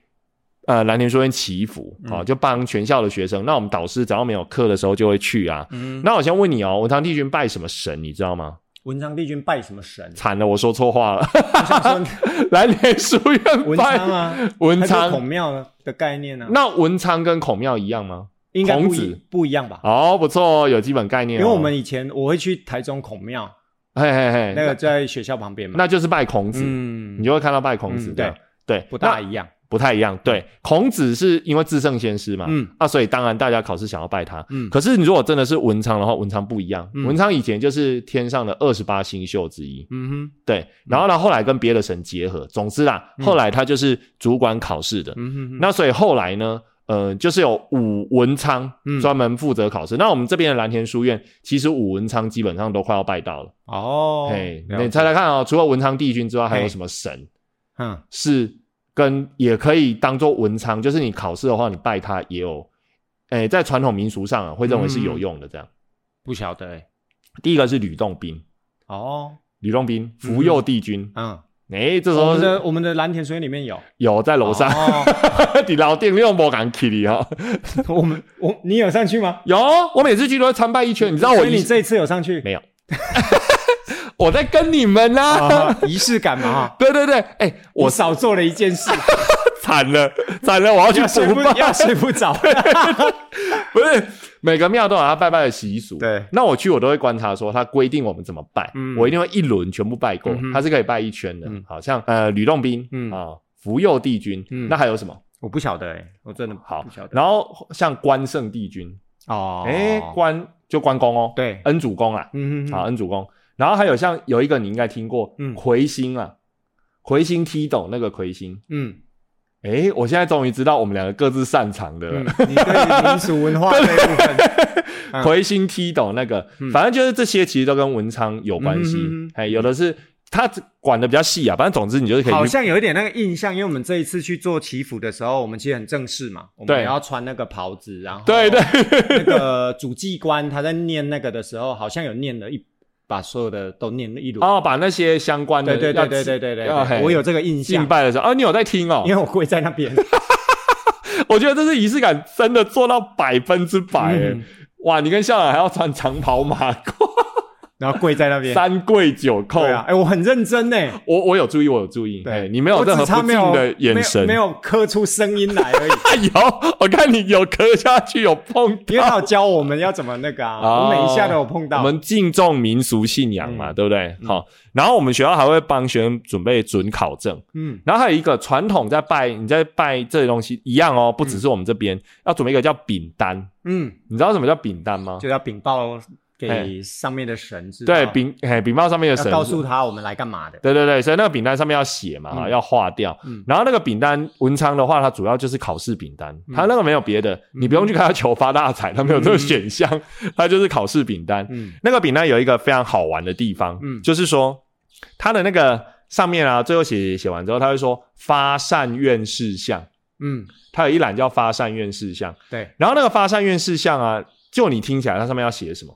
S1: 呃蓝田书院祈福，好、
S2: 嗯
S1: 就帮全校的学生。那我们导师只要没有课的时候就会去啊。
S2: 嗯，
S1: 那我先问你哦，文昌帝君拜什么神，你知道吗？
S2: 文昌帝君拜什么 神？
S1: 惨了，我说错话了。
S2: 我想说
S1: 蓝田书院
S2: 文
S1: 拜
S2: 昌啊，
S1: 文
S2: 还是
S1: 昌，
S2: 孔庙的概念啊，
S1: 那文昌跟孔庙一样吗？
S2: 应该
S1: 孔
S2: 不一
S1: 子
S2: 不一样吧？
S1: 哦，不错哦，有基本概念、
S2: 因
S1: 哦。
S2: 为我们以前我会去台中孔庙，
S1: 嘿嘿嘿，
S2: 那个在学校旁边嘛。
S1: 那就是拜孔子，
S2: 嗯
S1: 你，就会看到拜孔子
S2: 嗯
S1: 这样、对，
S2: 不
S1: 那
S2: 大一样。
S1: 不太一样。对，孔子是因为至圣先师嘛，
S2: 嗯
S1: 啊，所以当然大家考试想要拜他。
S2: 嗯
S1: 可是你如果真的是文昌的话，文昌不一样。
S2: 嗯
S1: 文昌以前就是天上的二十八星宿之一，
S2: 嗯哼，
S1: 对。然后呢，后来跟别的神结合。总之啦，后来他就是主管考试的。
S2: 嗯哼，
S1: 那所以后来呢，呃，就是有武文昌
S2: 嗯
S1: 专门负责考试。那我们这边的蓝田书院，其实武文昌基本上都快要拜到了。
S2: 哦，
S1: 嘿，
S2: 了解
S1: 你猜猜看哦，除了文昌帝君之外，还有
S2: 嘿
S1: 什么神？
S2: 嗯，
S1: 是跟也可以当做文昌，就是你考试的话，你拜它也有，诶、在传统民俗上、啊、会认为是
S2: 嗯
S1: 有用的。这样，
S2: 不晓得欸
S1: 第一个是吕洞宾，
S2: 哦，
S1: 吕洞宾福佑帝君，
S2: 嗯，
S1: 诶、这时
S2: 我
S1: 候
S2: 们
S1: 是
S2: 的我们的蓝田水里面有
S1: 有在楼上，
S2: 哦
S1: 你老店你有没敢去你哦？
S2: 我们我你有上去吗？
S1: 有，我每次去都会参拜一圈，你知道我
S2: 所
S1: 仪
S2: 以你
S1: 式
S2: 这一次有上去
S1: 没有？我在跟你们啦、
S2: 啊仪式感嘛哈，
S1: 对对对，哎、我
S2: 我少做了一件事，
S1: 惨了惨了，我要去
S2: 要睡
S1: 补
S2: 不
S1: 办。
S2: 要睡不着，
S1: 不是每个庙都有它拜拜的习俗。
S2: 对
S1: 那我去我都会观察说，它规定我们怎么拜，
S2: 嗯
S1: 我一定会一轮全部拜过，
S2: 嗯哼
S1: 它是可以拜一圈的。
S2: 嗯
S1: 好像呃吕洞宾，
S2: 嗯
S1: 啊、福佑帝君，
S2: 嗯
S1: 那还有什么？
S2: 我不晓得哎，我真的
S1: 好
S2: 不晓，得
S1: 然后像关圣帝君，
S2: 哦，
S1: 哎、关就关公哦，
S2: 对，
S1: 恩主公啊，
S2: 嗯哼，
S1: 好，恩主公。然后还有像有一个你应该听过，
S2: 嗯
S1: 魁星啊，魁星踢斗那个魁星。
S2: 嗯，
S1: 哎，我现在终于知道我们两个各自擅长的了。
S2: 嗯你对于民俗 文化这一部分，嗯
S1: 魁星踢斗那个，
S2: 嗯
S1: 反正就是这些其实都跟文昌有关系
S2: 嗯哼哼。
S1: 哎、有的是他管的比较细啊，反正总之你就是可
S2: 好
S1: 以去。
S2: 像有一点那个印象，因为我们这一次去做祈福的时候，我们其实很正式嘛，我们
S1: 对
S2: 也要穿那个袍子，然后
S1: 对对，
S2: 那个主祭官他在念那个的时候，好像有念了一把所有的都念了一轮。
S1: 哦，把那些相关的
S2: 对对
S1: 要
S2: 对对对对
S1: 要
S2: 对，
S1: 嘿
S2: 我有这个印象
S1: 敬，拜的时候，啊，你有在听哦
S2: 因？为我跪在那 边。
S1: 我觉得这是仪式感真的做到百分之百、哎
S2: 嗯
S1: 哇，你跟校长还要穿长袍马褂，
S2: 然后跪在那边。
S1: 三跪九叩。
S2: 对啊，哎、我很认真呢。
S1: 我我有注意，我有注意。哎
S2: 对
S1: 你没有
S2: 我只
S1: 任何
S2: 差
S1: 不
S2: 没
S1: 敬
S2: 有
S1: 的眼神，
S2: 没有没有磕出声音来而已。
S1: 啊有，我看你有磕下去，有碰到。
S2: 因为他有教我们要怎么那个啊，
S1: 哦
S2: 我每一下都有碰到。
S1: 我
S2: 嗯
S1: 们敬重民俗信仰嘛，对不对？好，然后我们学校还会帮学生准备准考证，
S2: 嗯
S1: 然后还有一个传统在拜，你在拜这些东西一样哦，不只是我们这边、要准备一个叫饼单，
S2: 嗯，
S1: 你知道什么叫饼单吗？
S2: 就要禀报
S1: 哎
S2: 给上面的神知道，
S1: 对，饼哎饼报上面的
S2: 要
S1: 神
S2: 告诉他我们来干嘛的。
S1: 对对对，所以那个饼单上面要写嘛，哈、
S2: 嗯
S1: 要划掉。
S2: 嗯
S1: 然后那个饼单文昌的话，它主要就是考试饼单，
S2: 嗯
S1: 它那个没有别的，你不用去看它求发大财，它没有这个选项， 它就是考试饼单。
S2: 嗯
S1: 那个饼单有一个非常好玩的地方，
S2: 嗯
S1: 就是说它的那个上面啊，最后写写完之后，他会说发善愿事项，
S2: 嗯，
S1: 它有一栏叫发善愿事项。
S2: 对，
S1: 然后那个发善愿事项啊，就你听起来，它上面要写什么？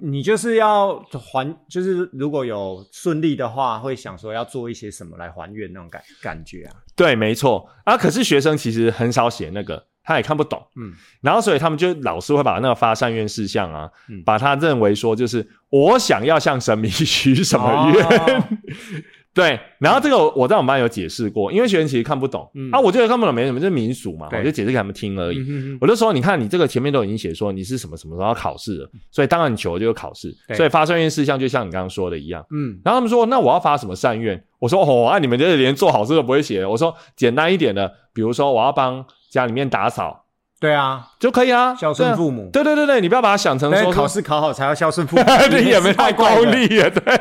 S2: 你就是要还，就是如果有顺利的话，会想说要做一些什么来还愿那种感感觉啊。
S1: 对，没错啊。可是学生其实很少写那个，他也看不懂。
S2: 嗯
S1: 然后所以他们就老师会把那个发善愿事项啊，
S2: 嗯
S1: 把他认为说就是我想要向神明许什么愿，
S2: 哦
S1: 对。然后这个我我在我们班有解释过，因为学生其实看不懂，
S2: 嗯
S1: 啊，我觉得看不懂没什么，就是民俗嘛，
S2: 对
S1: 我就解释给他们听而已。
S2: 嗯哼哼
S1: 我就说，你看你这个前面都已经写说你是什么什么时候要考试了，所以当然你求的就是考试，
S2: 嗯对
S1: 所以发善愿事项就像你刚刚说的一样。
S2: 嗯
S1: 然后他们说：“那我要发什么善愿？”我说：“哦，啊，你们这连做好事都不会写。”我说：“简单一点的，比如说我要帮家里面打扫
S2: 对啊，
S1: 就可以啊，
S2: 孝
S1: 对
S2: 顺
S1: 啊
S2: 父母。
S1: 对对对对，你不要把它想成
S2: 但
S1: 说
S2: 是考
S1: 说，
S2: 试 考好才要孝顺父母
S1: 你也没
S2: 太
S1: 太
S2: 怪
S1: 功
S2: 了。
S1: 利 了，对。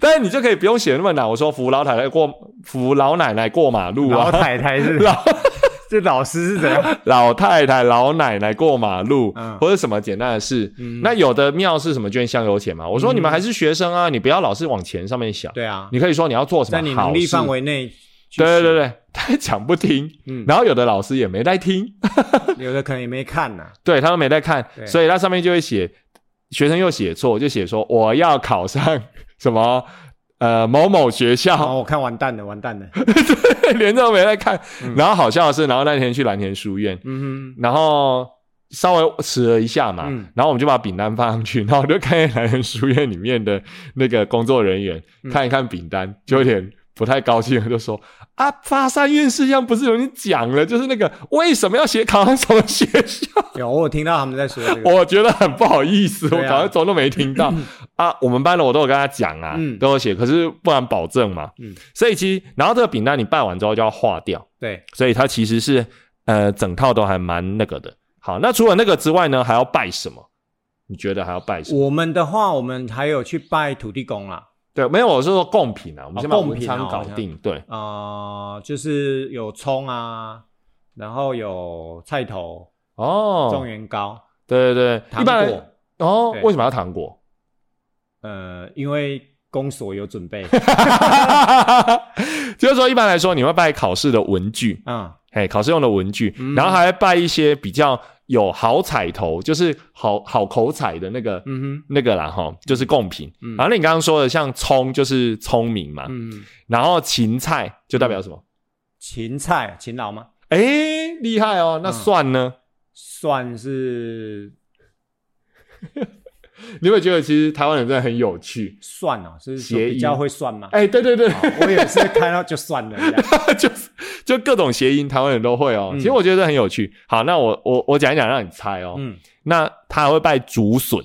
S1: 但是你就可以不用写那么难。我说扶老太太过扶老奶奶过马路
S2: 老
S1: 啊，
S2: 太太是
S1: 老
S2: 这老师是怎样？
S1: 老太太老奶奶过马路，
S2: 嗯
S1: 或者什么简单的事。
S2: 嗯
S1: 那有的庙是什么捐香油钱嘛？我说你们还是学生啊，你不要老是往钱上面想。
S2: 对啊，
S1: 你可以说你要做什么
S2: 在
S1: 好事，
S2: 你能力范围内去
S1: 对
S2: 学。
S1: 对 对，他讲不听，
S2: 嗯
S1: 然后有的老师也没在听，
S2: 有的可能也没看呐、
S1: 对他都没在看，
S2: 对
S1: 所以他上面就会写，学生又写错，就写说我要考上 什么呃某某学
S2: 哦，
S1: 校，
S2: 我看完蛋了，完蛋了。
S1: 连这都没在看。然后好笑的是，然后那天去蓝田书院，
S2: 嗯
S1: 然后。稍微迟了一下嘛，
S2: 嗯
S1: 然后我们就把饼单放上去，然后我就看见蓝田书院里面的那个工作人员、
S2: 嗯
S1: 看一看饼单，就有点不太高兴了，就说：“啊，发三院事项不是有人讲了，就是那个为什么要写考上什么学校？”
S2: 哼，有我有听到他们在说这个。
S1: 我觉得很不好意思，我
S2: 对啊
S1: 好像从都没听 到啊。我们班的我都有跟他讲啊，
S2: 嗯
S1: 都有写，可是不然保证嘛。
S2: 嗯
S1: 所以其实，然后这个饼单你办完之后就要化掉，
S2: 对，
S1: 所以它其实是呃整套都还蛮那个的。好，那除了那个之外呢，还要拜什么？你觉得还要拜什么？
S2: 我们的话，我们还有去拜土地公啦，
S1: 对，没有，我是说贡品啊，我们
S2: 哦
S1: 先把
S2: 贡
S1: 文
S2: 品
S1: 昌
S2: 啊
S1: 搞
S2: 我想
S1: 定。对，
S2: 呃，就是有葱啊，然后有菜头、状
S1: 哦，
S2: 元糕、
S1: 对对对，
S2: 糖
S1: 一般人
S2: 果，
S1: 哦，
S2: 对
S1: 为什么要糖果？
S2: 呃，因为公所有准备。
S1: 就是说，一般来说，你会拜考试的文具，
S2: 嗯，
S1: 哎，考试用的文具，
S2: 嗯
S1: 然后还会拜一些比较有好彩头，就是好好口彩的那个、
S2: 嗯
S1: 那个啦哈，就是贡品。
S2: 嗯
S1: 然后你刚刚说的，像葱就是聪明嘛，
S2: 哼，嗯，
S1: 然后芹菜就代表什么？
S2: 芹菜、勤劳吗？
S1: 哎、厉害哦！
S2: 嗯
S1: 那蒜呢？
S2: 算是
S1: 你会觉得其实台湾人真的很有趣。
S2: 算哦，是是
S1: 谐音
S2: 比较会算吗？
S1: 哎、对对对，
S2: 哦我也是看到就算了这样。
S1: 就是就各种谐音，台湾人都会哦。
S2: 嗯
S1: 其实我觉得很有趣。好，那我我我讲一讲，让你猜哦。
S2: 嗯，
S1: 那他还会拜竹笋，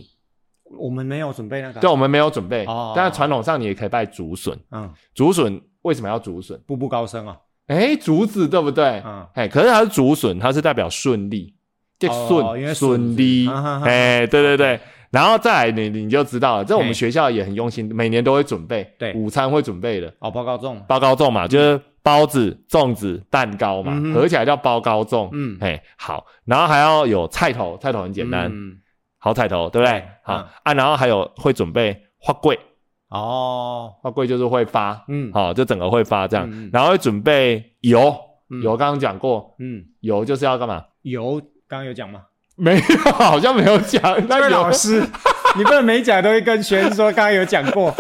S2: 我们没有准备那个。啊
S1: 对，我们没有准备，
S2: 哦
S1: 但是传统上你也可以拜竹笋。
S2: 嗯，
S1: 竹笋为什么要竹笋？
S2: 步步高升哦。
S1: 哎，竹子对不对？
S2: 嗯
S1: 哎，可是它是竹笋，它是代表顺利，就
S2: 哦
S1: 顺、
S2: 因为笋
S1: 顺
S2: 子
S1: 利
S2: 啊哈。哈
S1: 哎，对对对。然后再来你你就知道了，这我们
S2: 嘿
S1: 学校也很用心，每年都会准备，
S2: 对
S1: 午餐会准备的
S2: 哦，报告中。
S1: 包糕粽嘛，就是包子、粽子、蛋糕嘛，
S2: 嗯哼
S1: 合起来叫包糕粽。
S2: 嗯
S1: 哎，好，然后还要有菜头，菜头很简单，
S2: 嗯
S1: 好彩头，对不对？
S2: 对
S1: 好、
S2: 嗯
S1: 啊，然后还有会准备花桂，
S2: 哦，
S1: 花桂就是会发，
S2: 嗯，
S1: 好、就整个会发这样，
S2: 嗯嗯
S1: 然后会准备油，
S2: 嗯
S1: 油刚刚讲过，
S2: 嗯，
S1: 油就是要干嘛？
S2: 油刚刚有讲 吗？
S1: 没有， 好像没有讲。那
S2: 对，
S1: 油
S2: 哎老师， 你不能每讲都会跟学 生说刚刚有讲过。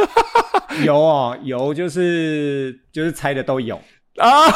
S2: 油哦，油就是就是猜的都有，
S1: 啊，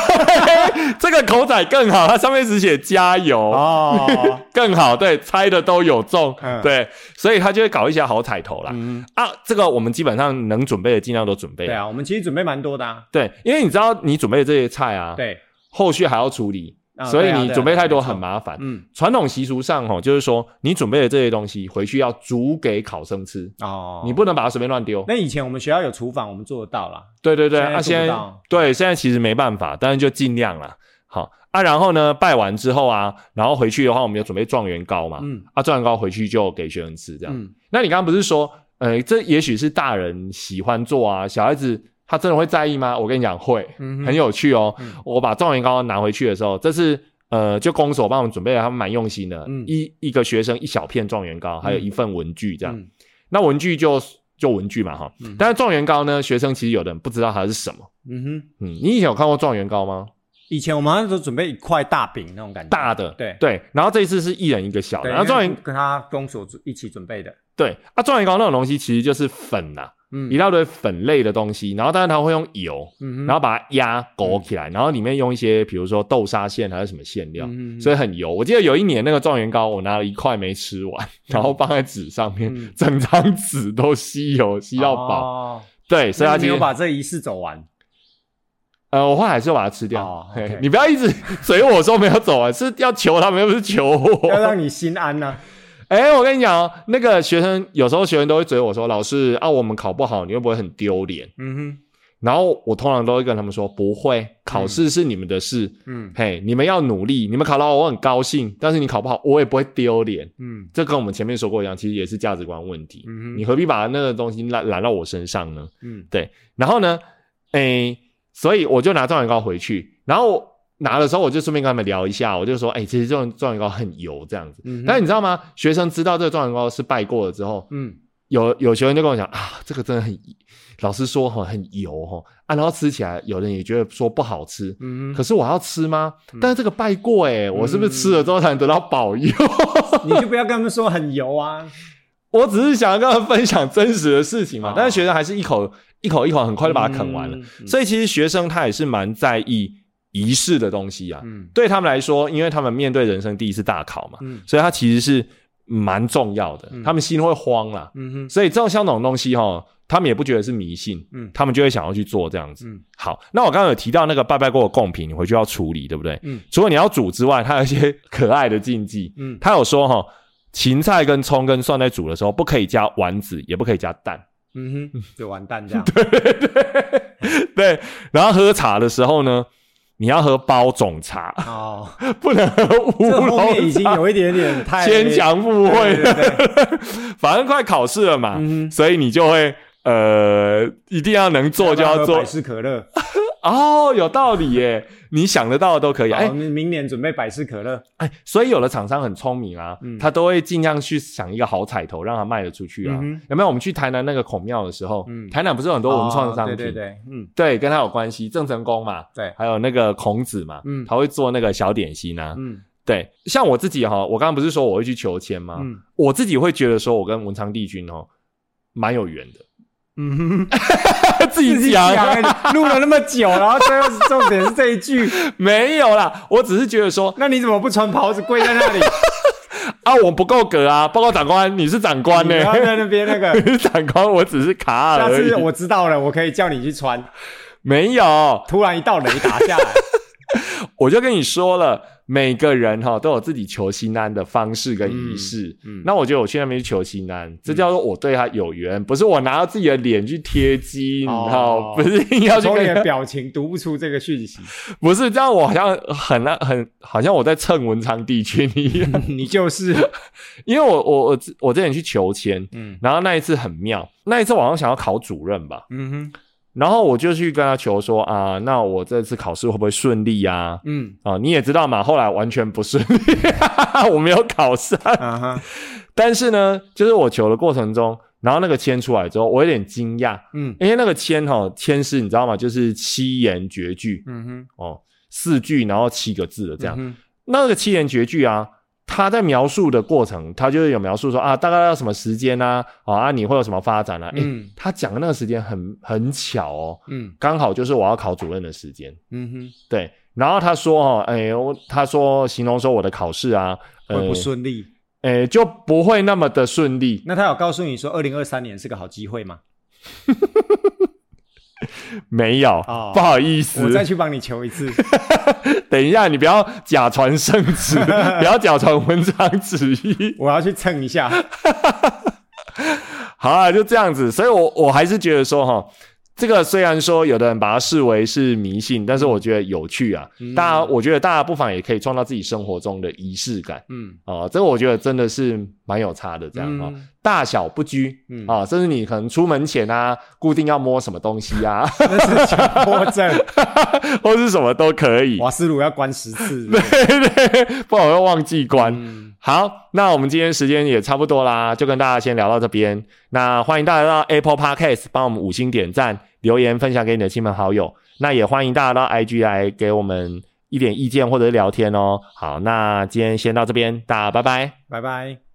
S1: 这个口仔更好，它上面只写加油，
S2: 哦，
S1: 更好，对，猜的都有中，
S2: 嗯
S1: 对，所以他就会搞一些好彩头啦。
S2: 嗯，
S1: 啊，这个我们基本上能准备的尽量都准备
S2: 对
S1: 了，
S2: 啊，我们其实准备蛮多的啊，
S1: 对，因为你知道你准备的这些菜啊，，
S2: 对，
S1: 后续还要处理，
S2: 啊
S1: 所以
S2: 对啊
S1: 你
S2: 对啊
S1: 准备太多
S2: 没错
S1: 很麻烦。
S2: 嗯，
S1: 传统习俗上哦，就是说你准备的这些东西回去要煮给考生吃，
S2: 哦，
S1: 你不能把它随便乱丢。
S2: 那以前我们学校有厨房，我们做得到啦。
S1: 对对对，啊，现在
S2: 现在做不到
S1: 对现在其实没办法，但是就尽量啦。好啊，然后呢，拜完之后啊，然后回去的话，我们有准备状元糕嘛，
S2: 嗯
S1: 啊，状元糕回去就给学生吃这样。
S2: 嗯，
S1: 那你刚刚不是说，呃，这也许是大人喜欢做啊，小孩子他真的会在意吗？我跟你讲会，
S2: 嗯哼
S1: 很有趣哦。
S2: 嗯
S1: 我把状元糕拿回去的时候，这是呃，就公所帮我们准备了，他们蛮用心的，
S2: 嗯
S1: 一一个学生一小片状元糕，还有
S2: 嗯
S1: 一份文具这样。
S2: 嗯
S1: 那文具就就文具嘛哈，
S2: 嗯
S1: 但是状元糕呢，学生其实有的人不知道它是什么。
S2: 嗯哼，
S1: 嗯，你以前有看过状元糕吗？
S2: 以前我们好像都准备一块大饼那种感觉，
S1: 大的，
S2: 对
S1: 对，然后这一次是一人一个小的，
S2: 对，
S1: 然后状
S2: 因为
S1: 元
S2: 跟他公所一起准备的，
S1: 对啊，状元糕那种东西其实就是粉呐、
S2: 嗯
S1: 一大堆粉类的东西，然后但是它会用油，
S2: 嗯哼，
S1: 然后把它压裹起来，然后里面用一些比如说豆沙馅还是什么馅料，
S2: 嗯
S1: 所以很油。我记得有一年那个状元糕，我拿了一块没吃完，然后放在纸上面，
S2: 嗯
S1: 整张纸都吸油吸到饱。
S2: 饱，
S1: 对，所以它
S2: 哦那你
S1: 其
S2: 有
S1: 实
S2: 把这仪式走完，
S1: 呃，我后来还是把它吃掉。
S2: 哦
S1: 嘿
S2: OK
S1: 你不要一直嘴我说没有走完，是要求他们，又不是求
S2: 要
S1: 我。
S2: 让你心安呐。
S1: 哎、我跟你讲哦，那个学生有时候学生都会嘴我说，老师啊，我们考不好，你会不会很丢脸？
S2: 嗯哼，
S1: 然后我通常都会跟他们说，不会，考试是你们的事。
S2: 嗯
S1: 嘿，你们要努力，你们考到好我很高兴，但是你考不好，我也不会丢脸。
S2: 嗯
S1: 这跟我们前面说过一样，其实也是价值观问题。
S2: 嗯哼
S1: 你何必把那个东西揽揽到我身上呢？
S2: 嗯
S1: 然后呢，诶，所以我就拿状元糕回去，然后拿的时候我就顺便跟他们聊一下，我就说，哎、其实这种状元糕很油这样子。
S2: 嗯哼
S1: 但是你知道吗？学生知道这个状元糕是拜过了之后，
S2: 嗯
S1: 有有学生就跟我讲啊，这个真的很，老师说哈很油哈啊，然后吃起来有人也觉得说不好吃，
S2: 嗯
S1: 可
S2: 哼，
S1: 是我要吃吗？但是这个拜过哎、我是不是吃了之后才能得到保佑？
S2: 你就不要跟他们说很 油啊，
S1: 我只是想要跟他们分享真实的事情嘛。
S2: 哦
S1: 但是学生还是一口一口一口很快就把它啃完了，
S2: 嗯嗯
S1: 所以其实学生他也是蛮在意仪式的东西啊。
S2: 嗯
S1: 对他们来说，因为他们面对人生第一次大考嘛，
S2: 嗯
S1: 所以他其实是蛮重要的，
S2: 嗯
S1: 他们心会慌啦。
S2: 嗯哼，
S1: 所以这种像这种东西哈，他们也不觉得是迷信，
S2: 嗯
S1: 他们就会想要去做这样子。
S2: 嗯
S1: 好，那我刚刚有提到那个拜拜过的贡品，你回去要处理，对不对？
S2: 嗯
S1: 除了你要煮之外，它有一些 可爱的禁忌。
S2: 嗯
S1: 他有说哈，芹菜跟葱跟蒜在煮的时候，不可以加丸子，也不可以加蛋。
S2: 嗯哼，就完蛋这样，
S1: 对，然后喝茶的时候呢，你要喝包种茶，
S2: 哦，
S1: 不能喝乌
S2: 这后面
S1: 龙
S2: 已 经
S1: 茶。
S2: 有一点点太
S1: 牵，强附会
S2: 对对对
S1: 反正快考试了嘛，
S2: 嗯哼
S1: 所以你就会呃，一定要能做就要
S2: 喝
S1: 做
S2: 百。事可乐，
S1: 哦，有道理耶，你想得到的都可以。
S2: 好
S1: 哎
S2: 我们明年准备百事可乐，
S1: 哎，所以有的厂商很聪明啊，
S2: 嗯
S1: 他都会尽量去想一个好彩头，让他卖得出去啊。
S2: 嗯哼
S1: 有没有？我们去台南那个孔庙的时候，
S2: 嗯
S1: 台南不是有很多文创商品，
S2: 哦对对对，嗯
S1: 对跟他有关系，郑成功嘛，
S2: 对，
S1: 还有那个孔子嘛，
S2: 嗯
S1: 他会做那个小点心啊。
S2: 嗯
S1: 对，像我自己哈、我刚刚不是说我会去求签吗？
S2: 嗯
S1: 我自己会觉得说，我跟文昌帝君哦，蛮有缘 的。
S2: 嗯哼，
S1: 自
S2: 自己
S1: 己
S2: 讲
S1: 讲，
S2: 欸，录了那么久，然后最后是重点是这一 句，
S1: 没有啦，我只是觉得说
S2: 那你怎么不穿袍子跪在那里？
S1: 啊，我不够格啊，报告长官，你是长官呢、
S2: 然后在那边那 个，
S1: 你是长官，我只是卡
S2: 下
S1: 尔而已
S2: 次。我知道了，我可以叫你去穿。
S1: 没有，
S2: 突然一道雷打下 来，
S1: 我就跟你说了，每个人哈、都有自己求心安的方式跟仪式。
S2: 嗯嗯嗯
S1: 那我觉得我去那边去求心安，这叫做我对他有缘，不是我拿到自己的脸去贴金，
S2: 哦
S1: 然后不是硬要去
S2: 从你
S1: 跟
S2: 的表情读不出这个讯 息，
S1: 不是这样，我好像很那很好像我在蹭文昌帝君一样，
S2: 你就是
S1: 因为我我我我之前去求签，
S2: 嗯
S1: 然后那一次很妙，那一次我好像想要考主任吧，
S2: 嗯哼
S1: 然后我就去跟他求说啊，那我这次考试会不会顺利啊？
S2: 嗯
S1: 啊，你也知道嘛，后来完全不顺利， 我没有考上。
S2: 啊哈
S1: 但是呢，就是我求的过程中，然后那个签出来之后，我有点惊讶，
S2: 嗯
S1: 因为那个签哈、签诗你知道吗？就是七言绝句
S2: 嗯哼
S1: 哦，四句然后七个字的这样。
S2: 嗯哼
S1: 那个七言绝句啊，它他在描述的过程，他就是有描述说啊，大概要什么时间啊，哦啊，你会有什么发展啊？诶
S2: 嗯
S1: 他讲的那个时间很很巧哦，
S2: 嗯
S1: 刚好就是我要考主任的时间。
S2: 嗯哼，
S1: 对，然后他说哦，哎，我他说形容说我的考试啊，呃
S2: 会不顺利。
S1: 哎就不会那么的顺利。
S2: 那他有告诉你说，二零二三年是个好机会吗？
S1: 没有，
S2: 哦
S1: 不好意思
S2: 我，再去帮你求一 次。
S1: 等一下，你不要假传圣旨， 不要假传文章旨意。
S2: 我要去蹭一下。
S1: 好啊，就这样子。所以我我还是觉得说哈，这个虽然说有的人把它视为是迷信，但是我觉得有趣啊。
S2: 嗯
S1: 大家，我觉得大家不妨也可以创造自己生活中的仪式感
S2: 嗯
S1: 啊、这个我觉得真的是蛮有差的。这样啊、
S2: 嗯
S1: 大小不拘
S2: 嗯
S1: 啊、甚至你可能出门前啊，固定要摸什么东西啊，
S2: 那是强迫症，
S1: 或是什么都可以。
S2: 瓦斯炉要关十次。
S1: 对 对，不然我会忘记关。
S2: 嗯
S1: 好，那我们今天时间也差不多啦，就跟大家先聊到这边。那欢迎大家到 Apple Podcast 帮我们五星点赞、留言、分享给你的亲朋好友。那也欢迎大家到 IG 来给我们一点意见或者是聊天哦。好，那今天先到这边，大家拜拜。
S2: 拜拜。